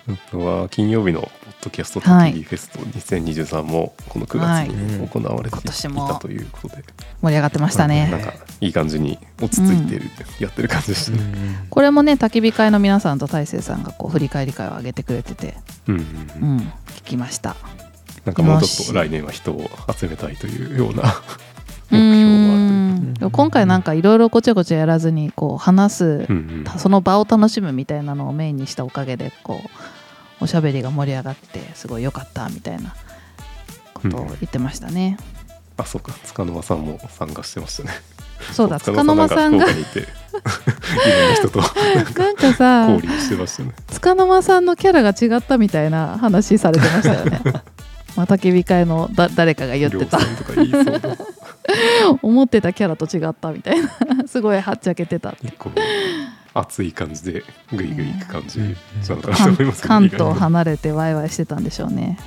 あとは金曜日のポッドキャスト
は
焚
い
き火フェスト2023もこの9月に行われていたということで、
盛り上がってまし
な
た
ん
ね
かいい感じに落ち着いてる、やってる感じでしたね、
これもね焚き火会の皆さんと大成さんがこう振り返り会を上げてくれてて、
うんうんうん
うん、聞きました
なんかもうちょっと来年は人を集めたいというような目標
う
もあるという
ーんでも今回なんかいろいろごちゃごちゃやらずにこう話す
う、ん
その場を楽しむみたいなのをメインにしたおかげでこうおしゃべりが盛り上がってすごい良かったみたいなことを言ってましたね、
あそうか塚沼さんも参加してましたね
そうだ塚の間さん
な
が
か福岡にいて (laughs) いろんな人
(laughs)
と
なんかさ
交流してましたね
塚の間さんのキャラが違ったみたいな話されてましたよ (laughs) ねまたき火会のだ誰かが言ってた
量産とか言いそうだ
(laughs) 思ってたキャラと違ったみたい (laughs) なすごいはっちゃけてたって
結構熱い感じでグイグイいく感じ
ね
なのか
(laughs)
なと
関
思いますけど
関
意外と
東離れてワイワイしてたんでしょう (laughs) ね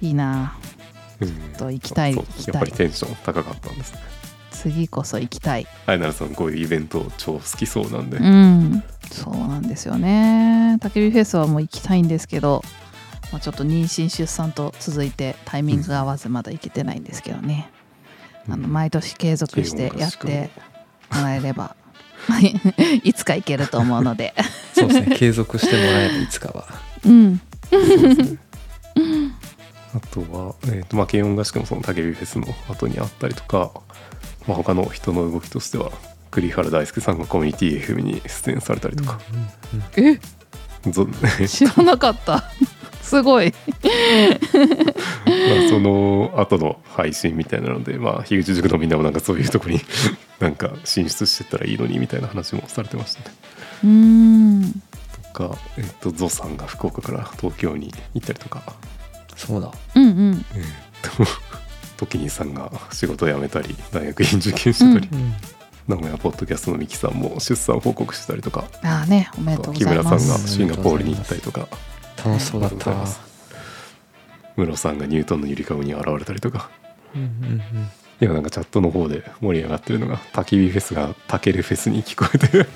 いいな
うん
と行きたい
そう
行きたい
やっぱりテンション高かったんですね
次こそ行きたい
あいなるさんこういうイベント超好きそうなんで、
うんそうなんですよね焚き火フェスはもう行きたいんですけど、まあ、ちょっと妊娠出産と続いてタイミングが合わずまだ行けてないんですけどね、あの毎年継続してやってもらえれば (laughs) いつか行けると思うので
そうですね継続してもらえるいつかは
(laughs) うん
あとは、えーとまあ、軽音合宿もその竹火フェスの後にあったりとか、まあ、他の人の動きとしては栗原大輔さんがコミュニティ FM に出演されたりとか、
え
ぞ (laughs) まあ
知らなかったすごい
その後の配信みたいなので、まあ、樋口塾のみんなもなんかそういうとこに (laughs) なんか進出してったらいいのにみたいな話もされてましたね。
うん
とか、えっと、ゾウさんが福岡から東京に行ったりとか、 (laughs)
そうだ
うんうん
えっとトキニさんが仕事を辞めたり大学院受験したり、名古屋ポッドキャストのミキさんも出産報告してたりとか
ああねおめでとうご
木
ざい
村さ
ま
ん
す
がシンガポールに行ったりとか
楽しそうだ
あ
っ
りがと
た
うございますムロさんがニュートンのゆりかごに現れたりとか
うんうんうん
いやなんかチャットの方で盛り上がってるのが焚き火フェスがたけるフェスに聞こえ
(laughs)
て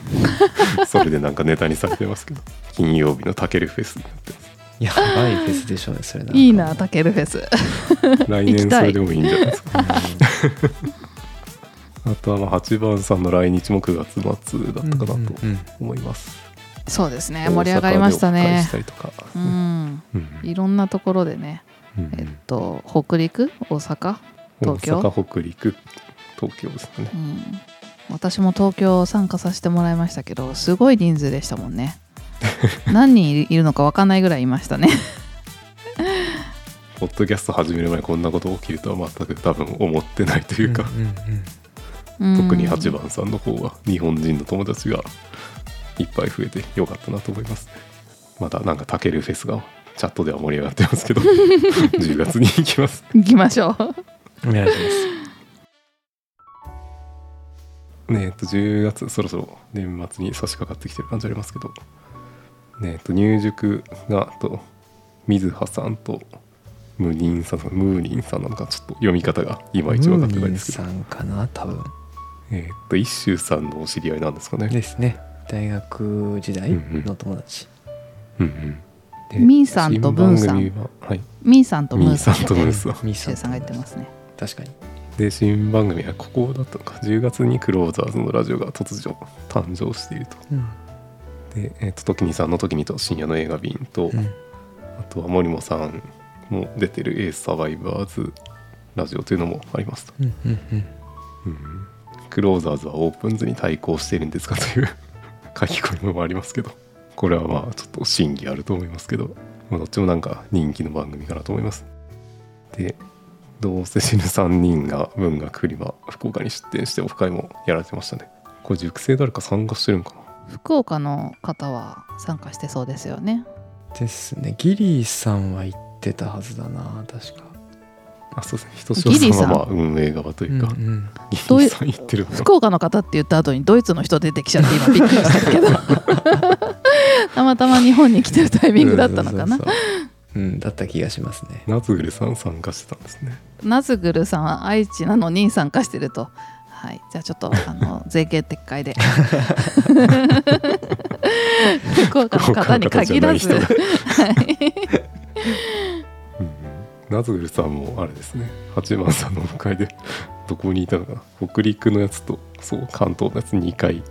それでなんかネタにされてますけど金曜日のたけるフェスになってます
やばいフェスでしょうねそれんか
いいなタケルフェス
来
行き
年
た
そ
い
れでもいいんじゃないですか (laughs) あとはまあ8番さんの来日も9月末だったか
うん
なと
うんうん
思います、
そうですね盛り上がりました
大阪でオフ会
ね
したりとか、
うん
うん
いろんなところでね
うん
えっと北陸大阪東京
大阪北陸東京ですかね
うん私も東京参加させてもらいましたけどすごい人数でしたもんね何人いるのか分かんないぐらいいましたね
ポッドキャスト始める前こんなこと起きるとは全く多分思ってないというか、
んんうん
特に
八
8番さんの方は日本人の友達がいっぱい増えてよかったなと思いますまだなんかタケルフェスがチャットでは盛り上がってます
(laughs)
けど10月に行きます
行きましょう
お願いします
ねえっと10月そろそろ年末に差し掛かってきてる感じありますけどねえっと入塾があと水葉さんとムニンさんムーニンさんなのかちょっと読み方がいまいち分かってないんですけど
ムーニンさんかな多分
えっと一周さんのお知り合いなんですかね
ですね大学時代の友達、
うんうんで
ミーさんとブーンさん
新番組ははい
ミーさんとム
ミ
ー
ー
さ
さ
ん
んとブーンさん
ミー
シュウさんが言ってますね
確かに
で新番組はここだったのか10月にクローザーズのラジオが突如誕生していると
うん
で、えっと時にさんの時にと深夜の映画便と、
うん
あとは森本さんも出てる「エースサバイバーズラジオ」というのもありますと、
うんうんうん
うんクローザーズはオープンズに対抗しているんですかという (laughs) 書き込みもありますけどこれはまあちょっと真偽あると思いますけど、まあ、どっちもなんか人気の番組かなと思いますでどうせ死ぬ3人が文学フリマ福岡に出店してオフ会もやられてましたねこれ熟成誰か参加してるんかな
福岡の方は参加してそうですよね
ですねギリーさんは言ってたはずだな確か
あそうですね人志さんはまあ運営側というか
うんうん
ギリさん言ってるのかな
福岡の方って言った後にドイツの人出てきちゃって今びっくりしたけどたまたま日本に来てるタイミングだったのかな
そうそうそううんだった気がしますね
ナズグレさん参加してたんですね
ナズグルさんは愛知なのに参加してると。はい、じゃあちょっと
(laughs)
あの税金撤回で福岡の方に限らず
福岡の方
はい
うんナズグルさんもあれですね八幡さんの向かいで (laughs) どこにいたのかな北陸のやつとそう関東のやつ2回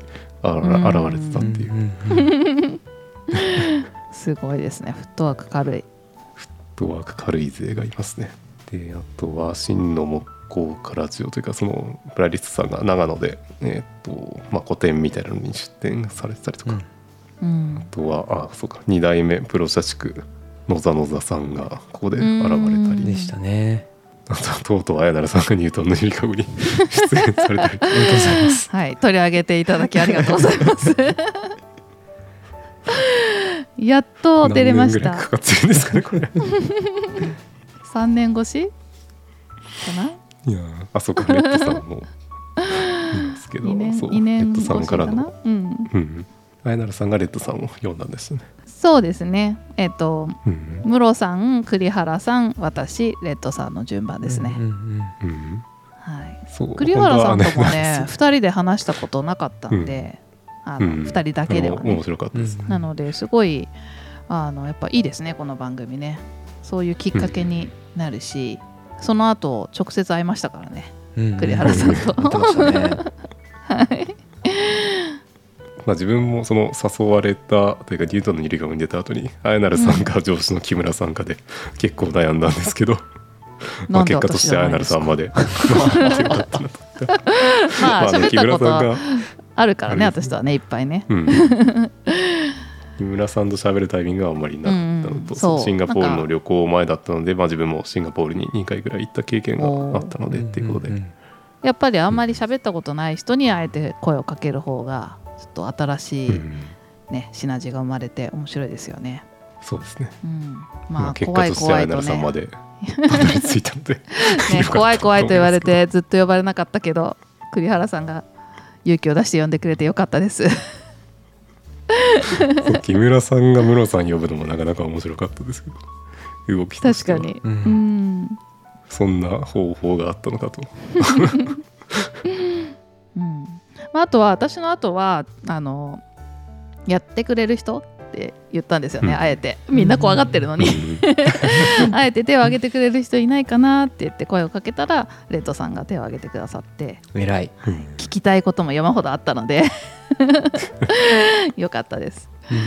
あら
うん
現れてたっていう、
うんうんうん
すごいですねフットワーク軽い
フットワーク軽い勢がいますねであとは真の木工家ラジオというかそのプラリストさんが長野でえーっとまあ個展みたいなのに出展されてたりとか、
うん
あ
うん
とはあそうか2代目プロ社地区野座野座さんがここで現れた
うん
り
でしたね
あととうとう綾成さんがニュートンのゆりかごに (laughs) 出演されたり
ありがとうございます
はい取り上げていただきありがとうございます
(laughs)
やっと出れまし
何年ぐらい
た
かかってるんですかね
(laughs)
これ
3年越しかない
やーあそうかレッドさんもいますけど
2年
そう
2年
レ
越
ッ
し
ドさんか
からな
の
うん
うんあやならさんがレッドさんを読んだんですね、
そうですねえっ、と
うん
ムロさん栗原さん私レッドさんの順番ですね、
うんうん
うん、
はい、
そう
栗原さんと
本当
も
は
ね
あの (laughs)
2人で話したことなかったんで、あの
うん
2人だけでは
あの
ね
面白かったです、
うん
なのですごいあのやっぱいいですねこの番組ねそういうきっかけになるし、その後直接会いましたからね
うんうん
栗原さんと、
言ってましたね
はい
まあ、自分もその誘われたというかニュートンのゆりかごに出た後にあやならさんか上司の木村さんかで結構悩んだんですけど、ま
な
あ、
んで
結果と
私
し
じ
てあ
ゃ
やない
なで
ら
す
さ
か
んまで
(laughs) まあ
あの
喋っ
木
た
村
こ
さん
と
が
あるからね
あれ
私とはねいっぱいね
うん
(laughs)
木村さんと喋るタイミングがあんまりなかった
う
の
んう
と、
ん
その
そう
シンガポール
なん
の
か
旅行前だったので、まあ、自分もシンガポールに2回ぐらい行った経験があったのでっていうことで、
んん
やっぱりあんまり喋ったことない人にあえて声をかける方がちょっと新しい、
うん
ねシナジーが生まれて面白いですよね。
そうですね。
うん、
ま
ま
あ、
あ
結
怖
果
い
としては
怖
ア
い
イナ
と
ルさん
ね
までたどり着いたので、
(laughs) ね
よかった
怖い怖いと言われてずっと呼ばれなかったけど栗原さんが勇気を出して呼んでくれてよかったです
そう木村さんがムロさん呼ぶのもなかなか面白かったですけど、動きとし
(laughs) 確
ては
かに、
う
うんん
そんな方法があったのかと。
うんまあ、あとは私の後はあのやってくれる人って言ったんですよね、
うん
あえてみんな怖がってるのに、 (laughs) あえて手を挙げてくれる人いないかなって言って声をかけたらレッドさんが手を挙げてくださって
偉い、
うん
聞きたいことも山ほどあったのでよかったです、は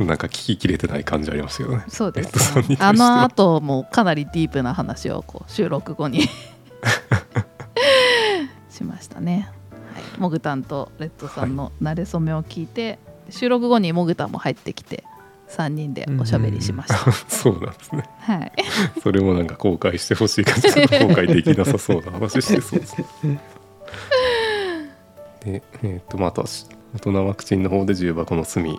い
(laughs) なんか聞ききれてない感じありますけど
(laughs)
ね。
そうで
レッドさ
す、
んに対
ね
し、ては
あの後もかなりディープな話をこう収録後に (laughs) しましたね、はい、モグタンとレッドさんの馴れ初めを聞いて、収録後にモグタンも入ってきて3人でおしゃべりしました、
そうなんですね。
はい、
それもなんか後悔してほしい感じが後悔できなさそうな話してそうですね。で、えーっとまあ、あとはし大人ワクチンの方で重箱の隅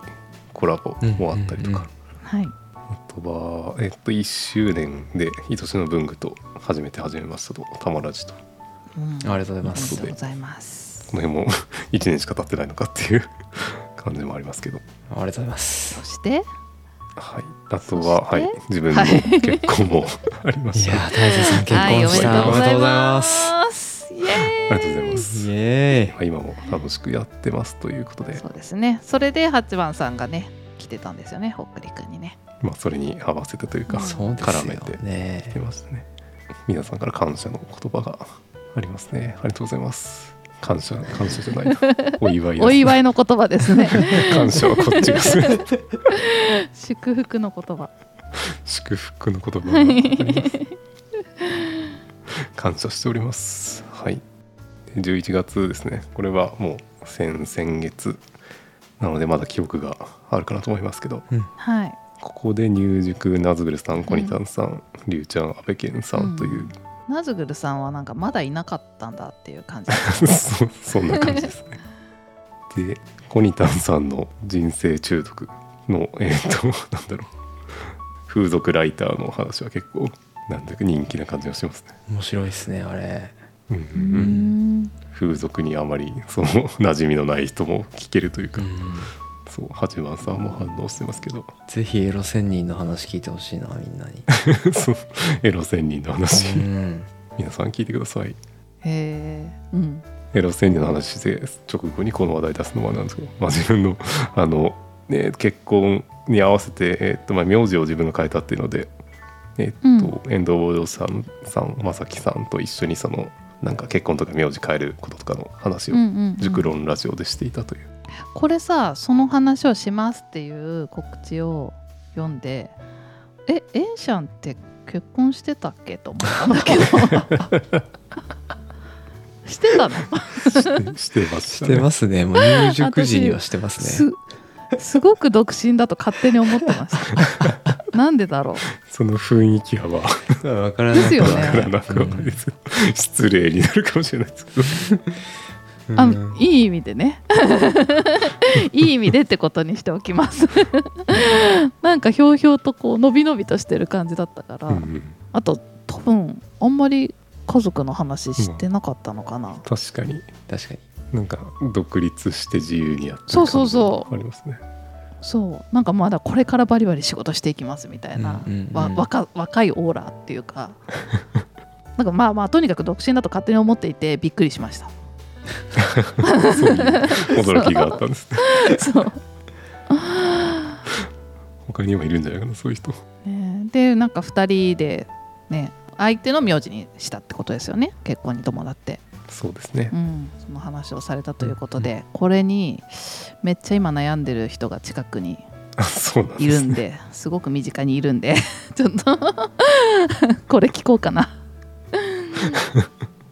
コラボもあったりとか、
はい、
あとは、えーっと1周年で「愛しの文具」と「初めて始めました」と「たまらじ」とこ
うん
ありがとうござい
あ
ま
り
す
がとうございます
の辺も1年しか経ってないのかっていう感じもありますけど、
ありがとうございます
そして
はい、あとは、
そ
は
し
い
て、
自分の
はい
結婚もありま
い
し
や
たね、
ー大勢さん結
はい
婚した、
おめでとうご
おめでとうござい
すイエーイ
ありがとうございま
ます
す
イ。エ
まあ今も楽しくやってますということで
そうですねそれで八番さんがね来てたんですよねほっくりくんにね
まあ、それに合わせてという
ー
か
イそうです
絡め
よ
て
ね
来てましたね皆さんから感謝の言葉がありますねありがとうございます感謝感謝じゃない
(laughs)
なお祝いです
お祝いの言葉ですね
(laughs) 感謝はこっちがする
祝福の言葉
祝福の言葉があります感謝しておりますはいで11月ですねこれはもう先先月なのでまだ記憶があるかなと思いますけど
はい
ここで入塾ナズグルさんコニタンさん、リュウちゃんアペケンさんという、
んナズグルさんはなんかまだいなかったんだっていう感じです
(laughs) そそんな感じですね。でコニタンさんの人生中毒のえっ、となんだろう風俗ライターの話は結構なんだか人気な感じがしますね。
面白いですねあれ
うん
うーん
風俗にあまりその馴染みのない人も聞けるという
う
か、
ん
そう八番さんも反応してますけど、 (laughs)
ぜひエロ仙人の話聞いてほしいなみんなに
そうエロ仙人の話
うん
皆さん聞いてください。
へえうん
エロ仙人の話して直後にこの話題出すのはなんですけど、まあ、自分のあの、ね、結婚に合わせて、えっとまあ、名字を自分が変えたっていうので、えっと遠藤さんさん正樹さんと一緒にそのなんか結婚とか名字変えることとかの話
うん
を
うんうん
熟論ラジオでしていたという、
これさその話をしますっていう告知を読んでえエンシャンって結婚してたっけと思ったん
(laughs)
だけどしてたの (laughs)
してしてました
し
ね
てます (laughs) ねもう入塾時にはしてますね
すすごく独身だと勝手に思ってました
(laughs)
なんでだろ
その雰囲気は
わからなく
よ
は
ね
わからなくはないです、失礼になるかもしれないですけど
うあ
うん
いい意味でね (laughs) いい意味でってことにしておきます
(laughs)
なんかひょうひょうとこうのびのびとしてる感じだったから、
うん
あと多分あんまり家族の話してなかったのかな、
確かに
確かに
なんか独立して自由にやってる
そうそうそう
感じがありますね
そうなんかまだこれからバリバリ仕事していきますみたいな、
うんうんうん
わ若若いオーラってい
(laughs)
うかなんかまあまあとにかく独身だと勝手に思っていてびっくりし
(laughs)
ました
そういう驚きがあったんですね。
そう
他にもいるんじゃないかな、そういう人。
ねでなんか2人でね相手の名字にしたってことですよね結婚に伴って、
そうですね
う。ん、その話をされたということで、これにめっちゃ今悩んでる人が近くに
あ、 (laughs) そうなんで
いる
す
ん
ね。
で (laughs) すごく身近にいるんで (laughs) ちょっとこれ聞こうかな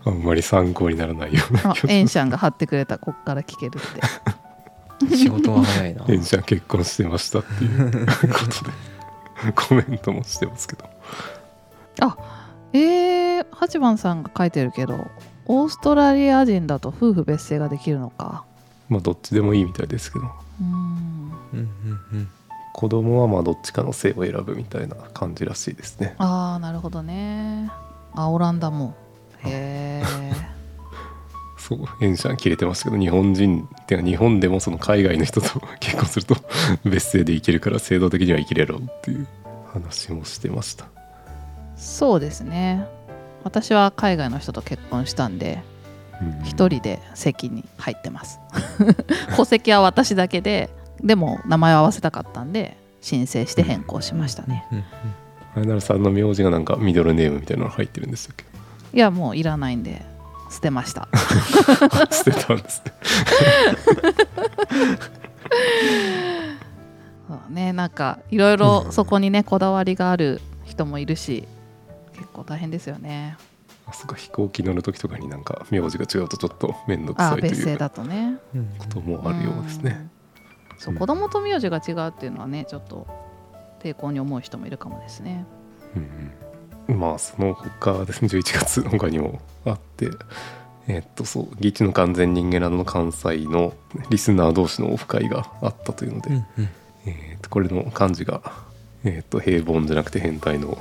あんまり参考にならないような
あ
気が
エンシャンが貼ってくれたこっから聞ける (laughs) って
仕事は早いな
エンちゃん結婚してましたっていう (laughs) ことで、コメントもしてますけど。
えー、八番さんが書いてるけどオーストラリア人だと夫婦別姓ができるのか
まあ、どっちでもいいみたいですけど。
うん
うんうんうん
子供はまあどっちかの性を選ぶみたいな感じらしいですね
ああなるほどね煽らんだもんへえ
そう弊社切れてましたけど日本人ってか日本でもその海外の人と (laughs) 結婚すると別姓で生きるから制度的には生きれろっていう話もしてました
そうですね私は海外の人と結婚したんで
うん
一人で席に入ってます (laughs) 戸籍は私だけででも名前を合わせたかったんで申請して変更しましたね
うんうん
あれならさんの名字がなんかミドルネームみたいなの入ってるんでしたっけ
いやもういらないんで捨てました
(laughs) 捨てたんですね
そうねなんかいろいろそこにねこだわりがある人もいるし結構大変ですよね
あそっか飛行機乗る時とかになんか名字が違うとちょっと面倒く
あ
さ
あ
いと
別
い
姓
うこ
だとね
うん
ともあるようですね
うんそう
うん
子供と名字が違うっていうのはねちょっと抵抗に思う人もいるかもですね
うんうんまあその他ですね11月他にもあってえっとそう「義地の完全人間などの関西のリスナー同士のオフ会があったというので、
うんうん
えっとこれの漢字が、えっと平凡じゃなくて変態の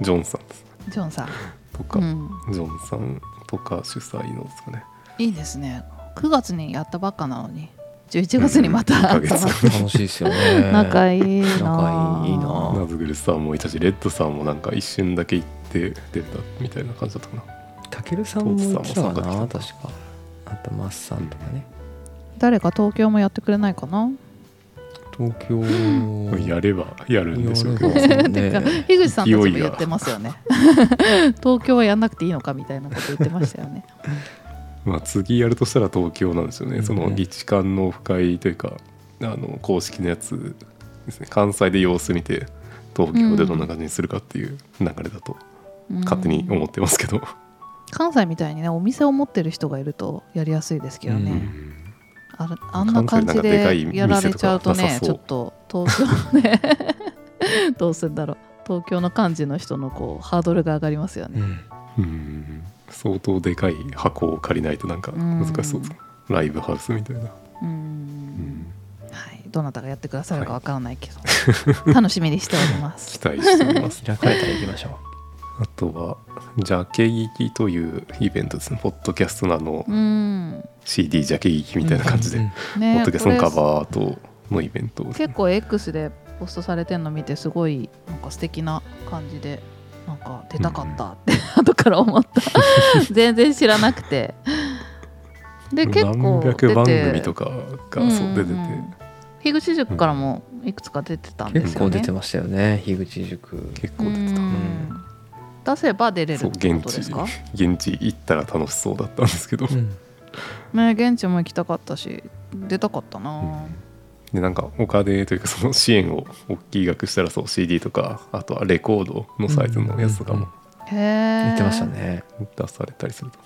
ジョンさんです
ジョン
(laughs)
さん、
とか、
うん、
ジョンさんとか主催のですかね
いいですね9月にやったばっかなのに11月にまた
うん一ヶ月
楽しいですよね
仲いいな
仲いいな
ナズグルさんもいたしレッドさんもなんか一瞬だけ行って出たみたいな感じだったかな
たけるさんも言って
トーツ
たか
さん
な
も参
確かあとマスさんとかね、
(laughs) 誰か東京もやってくれないか
(laughs)
な、
東京
やればやるんでしょうけど
やればね
てか樋口さんたちも言ってますよね (laughs) 東京はやんなくていいのかみたいなこと言ってましたよね
まあ、次やるとしたら東京なんですよね、
うん
その議事館のオフ会というかあの公式のやつですね関西で様子見て東京でどんな感じにするかっていう流れだと
うん
(laughs) 勝手に思ってますけど、
関西みたいにねお店を持ってる人がいるとやりやすいですけどね、
うん
あれあんな感じでやられちゃうとね
関西
ち
な
ょ
ん
っと東京ね (laughs) どうするんだろう東京の感じの人のこうハードルが上がりますよ
う
ね、
ん
うん相当でかい箱を借りないとなんか難しそうです、ライブハウスみたいな、
うん
うん
はい、どなたがやってくださるかわからないけど、 (laughs) 楽しみにしておりま
期
す
待しております
(laughs) 開かれたら行きましょ
あとは「ジャケ聞き」というイベントですねポッドキャストのあの
うん
CD ジャケ聞きみたいな感じで、
うんうん
ポ
ね
ッドキャストのカ
これ
バーとのイベントですね
結構 X でポストされてるの見てすごいなんか素敵な感じでなんか出たかったって、後から思った (laughs) 全然知らなくてで結構
何
出
百
て
番組とかがそう出てて、
うんうんうん樋口塾からもいくつか出てたんで
結
すよ
構出
ね
てましたよね樋口塾
結構出てた、
うん出せば出れる
そう
ってこ
現
と
地
ですか
現地行ったら楽しそうだったんですけど、
うん
ね現地も行きたかったし出たかったな、
でなんかお金というかその支援を大きい額したらそう CD とかあとはレコードのサイズのやつとかも
へえ
言ってましたね
出されたりすると、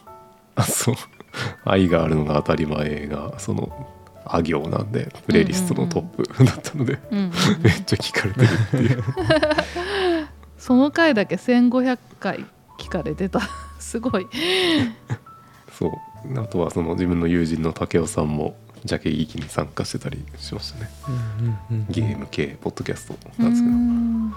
あそう「愛があるのが当たり前」がそのあ行なんでプレイリストのトップだったので、
うんうんうん
めっちゃ聞かれてるっていう
その回だけ1500回聞かれてた (laughs) すごい
そうあとはその自分の友人の武雄さんもジャケ劇に参加してたりしましたねゲーム系ポッドキャストなんですけど、や
うん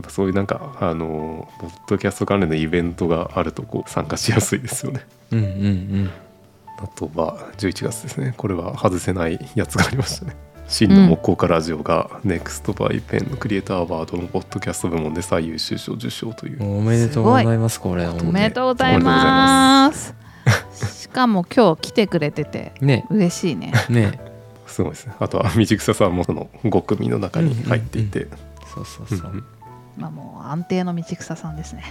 っぱそういうなんかあのーポッドキャスト関連のイベントがあるとこう参加しやすいですよね
うんうんうん
あとは11月ですねこれは外せないやつがありましたね (laughs) 真の木工家ラジオが、ネクストバイペンのクリエイターアワードのポッドキャスト部門で最優秀賞受賞という、
うんおめでとうございますこれ
おめでとうございます (laughs) しかも今日来てくれてて
ね
嬉しいね
ね
すごいですねあとは道草さんもその5組の中に入っていて、
そうそうそう
うんうん
まあもう安定の道草さんですね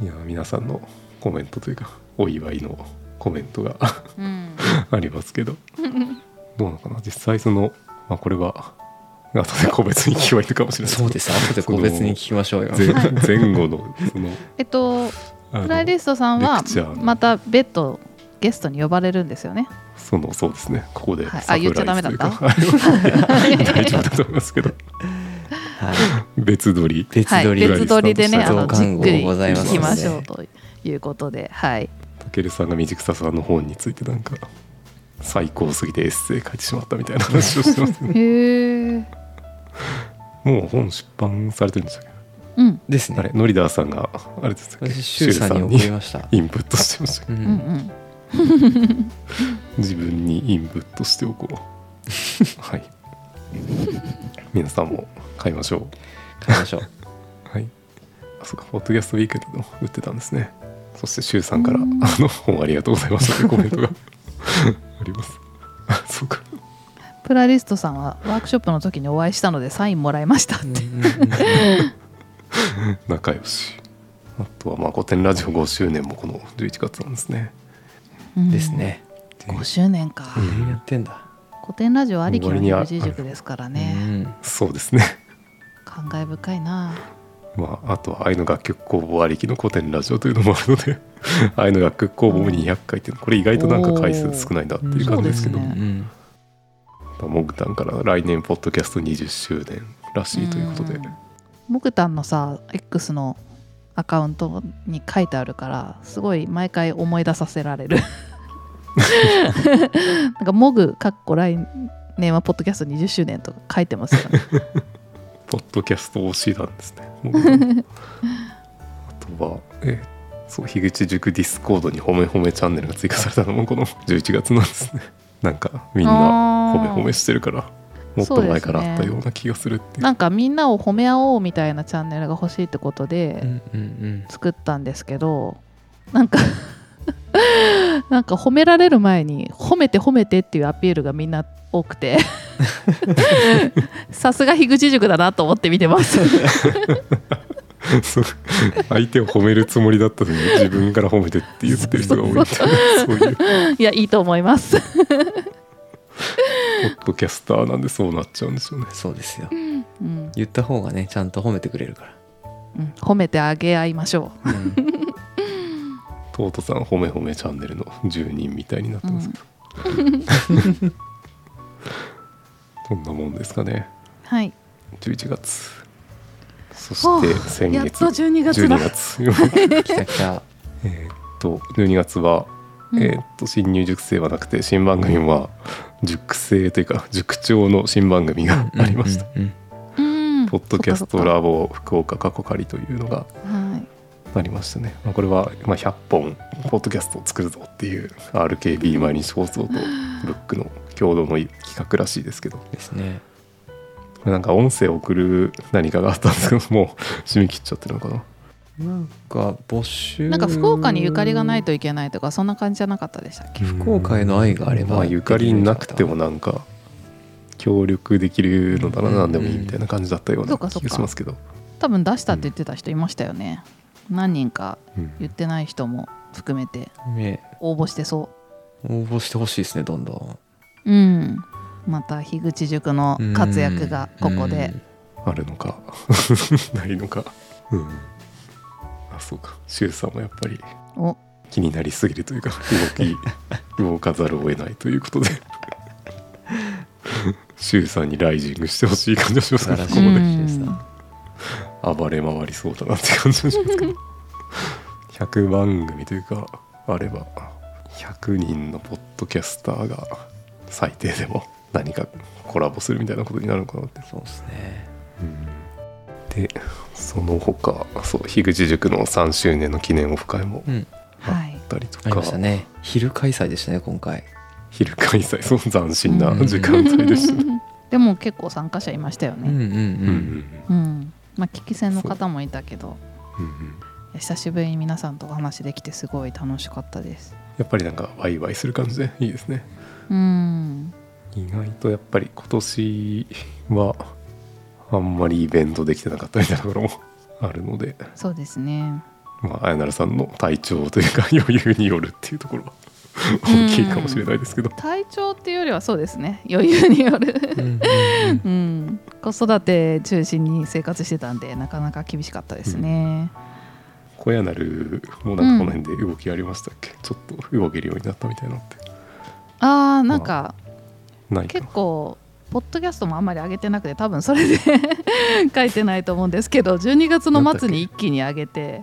うん
いや皆さんのコメントというかお祝いのコメントが (laughs)
うん
ありますけどどうなのかな実際その、まあ、これは後で個別に聞けばいいのかもしれない
そうですす後で個別に聞きましょうよ
前前後のその
えっと
あの
プライリストさんは
レクチャーの
また別途ゲストに呼ばれるんですよね。
そのそうですねここで
はいあ
サプライ
言っちゃダメ
ズ
だ
とい
っ
う
た
か (laughs) いや大丈夫だと思いますけど
はい
別撮り
別
はい、
撮り
プライ
別
リスト
撮りでね、あ
と
の
して
じっくり
増刊号ございます
聞
ので
きましょうということで、はい、
と
たけるさんが道草さんの本についてなんか最高すぎてエッセイ書いてしまったみたいな話をしてますね
へえ
もう本出版されてるんでしたっ
うん
です
けあれ
ね
ノリダーさんがあれでしたっけ
私周さんに送りました
インプットしてましたっけ
う
うんん
自分にインプットしてお
(laughs)
こうはい皆さんも買いましょ
買いましょう
うはいあそっかポッドキャストウィークでも売ってたんですねそして周さんから「あ
うん
の本ありがとうございました」というコメントが (laughs) ありますあそうか
プラリストさんはワークショップの時にお会いしたのでサインもらいましたって、
仲良しあとはまあ古典ラジオ5周年もこの11月なんですね
うん
ですね
5周年か、
うん
何やってんだ
古典ラジオありきの
割には
二十塾ですから
う
ね、
ん
そうですね
感慨深いな
まああとは愛の楽曲工房ありきの古典ラジオというのもあるので (laughs) 愛の楽曲工房200回っていうのこれ意外となんか回数少ないなっていう感じですけど
おーそうですね
うん
モグタンから来年ポッドキャスト20周年らしいということで、
んモクタンのさ X のアカウントに書いてあるからすごい毎回思い出させら
(laughs)
れるなんかモグかっこ来年はポッドキャスト20周年とか書いてますよね
ポッドキャスト推しなんですねモグタ (laughs) ンあとはえそう樋口塾ディスコードに褒め褒めチャンネルが追加されたのもこの11月なんですねなんかみんな
あー
褒め褒めしてるからもっと前からあったような気がするっていう
なんかみんなを褒め合おうみたいなチャンネルが欲しいってことで、
うんうん
作ったんですけどなんか (laughs) なんか褒められる前に褒めて褒めてっていうアピールがみんな多く (laughs) てさすが樋口塾だなと思って見てます (laughs)
(laughs) そう相手を褒めるつもりだったのに自分から褒めてって言ってる人が多いみたいなそういうポ
いやいいと思います
ッドキャスターなんでそうなっちゃうんでしょうね
そうですよ
うん、
言った方がねちゃんと褒めてくれるか
うん褒めてあげ合いましょ
ら、うん
トートさん褒め褒めチャンネルの住人みたいになってますけ
(laughs)
ど、そんなもんですかね
うはい
11月そ
ほ
し
う
て先
やっ
月
と12月だ
12月
来た
(laughs)
来た
えーっと12月は、
うん
えーっと新入塾生はなくて新番組は塾生というか塾長の新番組がありました、
うんうん
うん
ポッドキャス
そ
ト
っか
ラボ福岡過去仮というのが
そっかはい
なりましたね、まあ、これは、まあ、100本ポッドキャストを作るぞっていう RKB 毎日放送とブックの共同の企画らしいですけど
うんですね
なんか音声を送る何かがあったんですけど (laughs) もう締め切っちゃってるのかな
なんか募集
なんか福岡にゆかりがないといけないとかそんな感じじゃなかったでしたっけ
福岡への愛があれば
まあゆかりなくてもなんか協力できるのなら何でもいいみたいな感じだったよう
そ
な
うかそ
気
うか
がしますけど、
多分出したって言ってた人いましたよね何人か
うん
言ってない人も含めて
ね
応募してそう
応募してほしいですねどんどん
うん、また樋口塾の活躍がここで、
あるのか (laughs) ないのか、うん、あそうか周さんもやっぱり
お
気になりすぎるというか動き
(laughs)
動かざるを得ないということで (laughs) 周さんにライジングしてほしい感じがしますね
素晴ら
こ
しい
こ
うん
で暴れ回りそうだなって感じがします
(laughs)
けど100番組というかあれば100人のポッドキャスターが最低でも何かコラボするみたいなことになるのかなって
そうですね
でその他そう樋口塾の3周年の記念オフ会も
うん
はい
あっ、たりと
あ
か、
りましたね昼開催でしたね今回
昼開催そう斬新な時間帯でしたね、
でも結構参加者いましたよ
うん
ね、
うん
うんうん
うんまあ、聞き戦の方もいたけど
うんうん
いや久しぶりに皆さんとお話できてすごい楽しかったです
やっぱりなんかワイワイする感じでいいですね
うん
意外とやっぱり今年はあんまりイベントできてなかったみたいなところもあるので、
そうですね
まあ、綾成さんの体調というか余裕によるっていうところは大きいかもしれないですけど、
体調っていうよりはそうですね余裕による
うんうん
うん子育て中心に生活してたんでなかなか厳しかったですね、
小柳るもなんかこの辺で動きありましたっけ、ちょっと動けるようになったみたいなのって
ああなんか
ないか
結
な
構ポッドキャストもあんまり上げてなくて多分そ (laughs) れで書いてないと思うんですけど12月の末に一気に上げて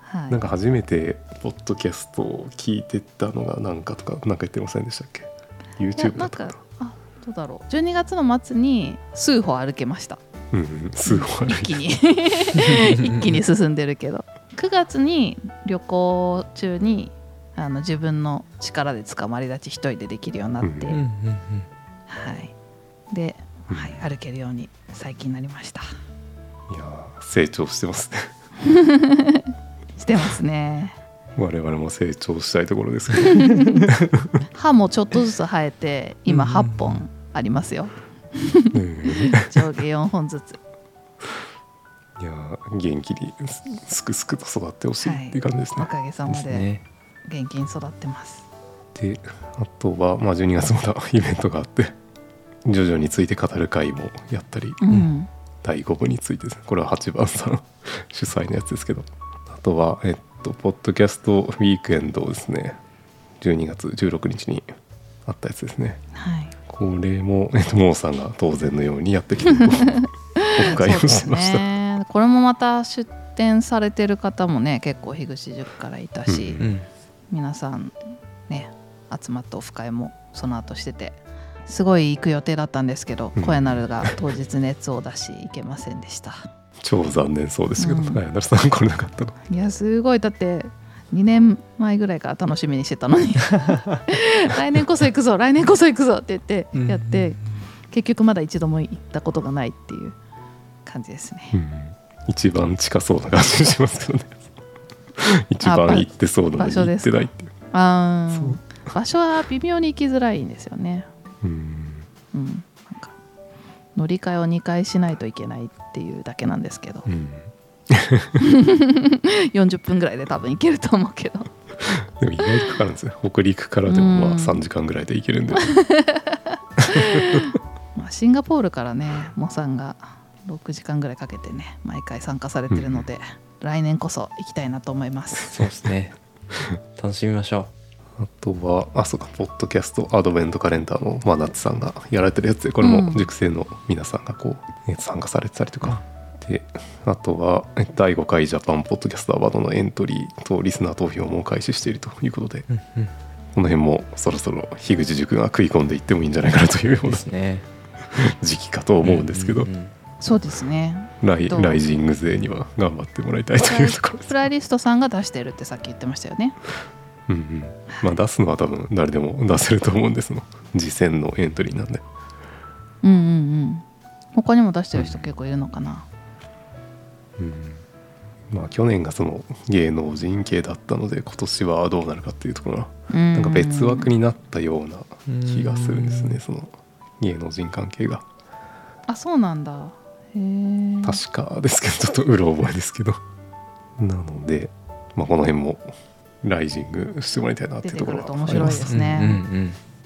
はい、
なんか初めてポッドキャストを聞いてたのがなんかとかなんか言ってませんでしたっけ
いや
YouTube だ
な
っ
ん
た
か
かな
あどうだろう12月の末に数歩歩けました
うんうんすごい
一気に (laughs) 一気に進んでるけど9月に旅行中にあの自分の力で捕まり立ち一人でできるようになって、
うん
うんうんうん
はい、で、
うん
はい、歩けるように最近なりました
いやー成長してますね (laughs)
してますね
我々も成長したいところですけ
(laughs)
ど
歯もちょっとずつ生えて今
うん
8本ありますよ
うん
上下4本ず
(laughs)
つ
いやー元気にすすくすくと育ってほしいっていう感じです
お
ね。
かげさ
で
ますで
ね
元気に育ってます
であとは、まあ、12月まだイベントがあって徐々について語る会もやったり
うん、
ん
第5部についてですねこれは8番さん主催のやつですけどあとはえっとポッドキャストウィークエンドをですね12月16日にあったやつですね
はい
これも、えっと、モーさんが当然のようにやってきてるとお伺いをし
そう
ま
で
し
す
た。
ねこれもまた出店されてる方もね結構樋口塾からいたし、
うん
うん
皆さんね集まったオフ会もその後しててすごい行く予定だったんですけど、
うん
声なるが当日熱を出し行けませんでした
超残念そうですけど、
うん
はい、なるさん来れなかったの
いやすごいだって2年前ぐらいから楽しみにしてた
(laughs)
のに来年こそ行くぞ来年こそ行くぞって言って
うん
やって、結局まだ一度も行ったことがないっていう感じですね
うん一番近そうな感じしますけどね一番行ってそうなの
場
に
所
行
で
っ
す
て
か
ないっていう
あー
そう
場所は微妙に行きづらいんですよね
うん
うんなんか乗り換えを2回しないといけないっていうだけなんですけど
うん
40分ぐらいで多分行けると思うけど
でも意外とかかるんですよ北陸からでもま
う
あ
ん
3時間ぐらいで行けるんで、
まあシンガポールからねモさんが6時間ぐらいかけてね毎回参加されてるので、来年こそ行きたいなと思います
そうですね楽しみましょ
あとはあそうかポッドキャストアドベントカレンダーも真夏さんがやられてるやつでこれ
う
も
ん
塾生の皆さんがこう、え参加されてたりとか、であとはえ第5回ジャパンポッドキャストアワードのエントリーとリスナー投票も開始しているということで
う、うんうん
この辺もそろそろ樋口塾が食い込んでいってもいいんじゃないかなというよう
で
な
すね
時期かと思うんですけど、
ううん
そうですね
ライ
どう
ライジング勢には頑張ってもらいたいというところです
プ。ライリストさんが出してるってさっき言ってましたよね
うんうんまあ出すのは多分誰でも出せると思うんですの次戦のエントリーなんで
うんうんうん他にも出してる人結構いるのかな、
うんまあ去年がその芸能人系だったので今年はどうなるかっていうところが
うん、
なんか別枠
に
になったような気がするんです
う
ね
ん
その芸能人関係が
あそうなんだへえ
確かですけどちょっとうろ覚えですけどなのでまあこの辺もライジングしてもらいたいなっていうところは
出てくると面
あり
白い
ま
ですすね
うんうん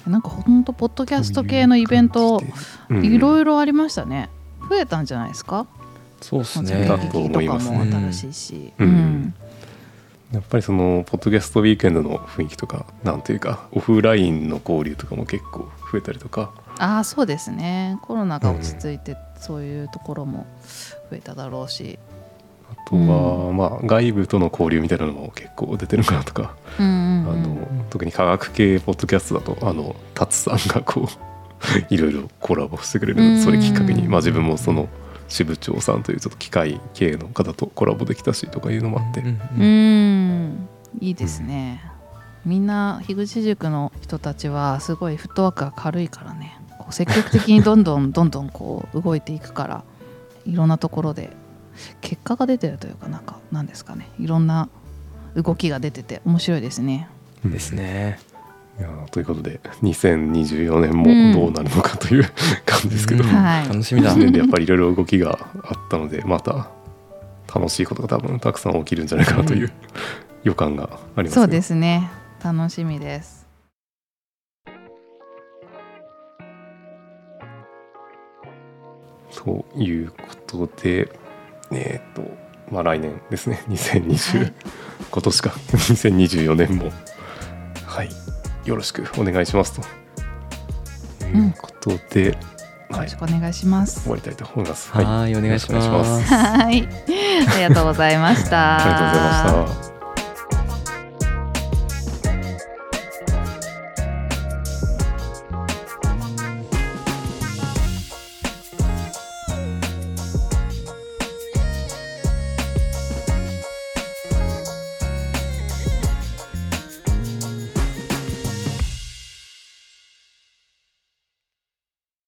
うん
なんかほんとポッドキャスト系のイベントいろ
い
いろありましたね増えたんじゃないですか
そうです
まあ
ね
だ
全
と
国
思い
的と
ま
か
す
も新しいし、
うんやっぱりそのポッドキャストウィークエンドの雰囲気とかなんていうかオフラインの交流とかも結構増えたりとか
ああそうですねコロナが落ち着いて、そういうところも増えただろうし、
あとは、まあ外部との交流みたいなのも結構出てるかなとか、
うんうんうん
あの特に科学系ポッドキャストだとあのタツさんがこう (laughs) いろいろコラボしてくれるのでそれきっかけ
うんうん
に、
うん
まあ、自分もその支部長さんというちょっと機械系の方とコラボできたしとかいうのもあって、
うんうん
うーんいいですね、みんな樋口塾の人たちはすごいフットワークが軽いからねこう積極的にどん (laughs) どんどんどんこう動いていくからいろんなところで結果が出てるというかなんかなんですかねいろんな動きが出てて面白いですね
うん
ですね
いやーということで2024年もどうなるのかという、感じですけど、
うん
はい
楽しみだ
1年でやっぱりいろいろ動きがあったのでまた楽しいことが多分たくさん起きるんじゃないかなというう予感があります
そうですすね楽しみです
ということでえっ、とまあ来年ですね2020、 (laughs)
はい
今年か2024年もはいよろしくお願いしますということで、
よ
は
ろ
い
しくお願いします
終わりたいと思います。
はいお願いします
よろくお願いします
はいありがとうございました
ありがとうございました。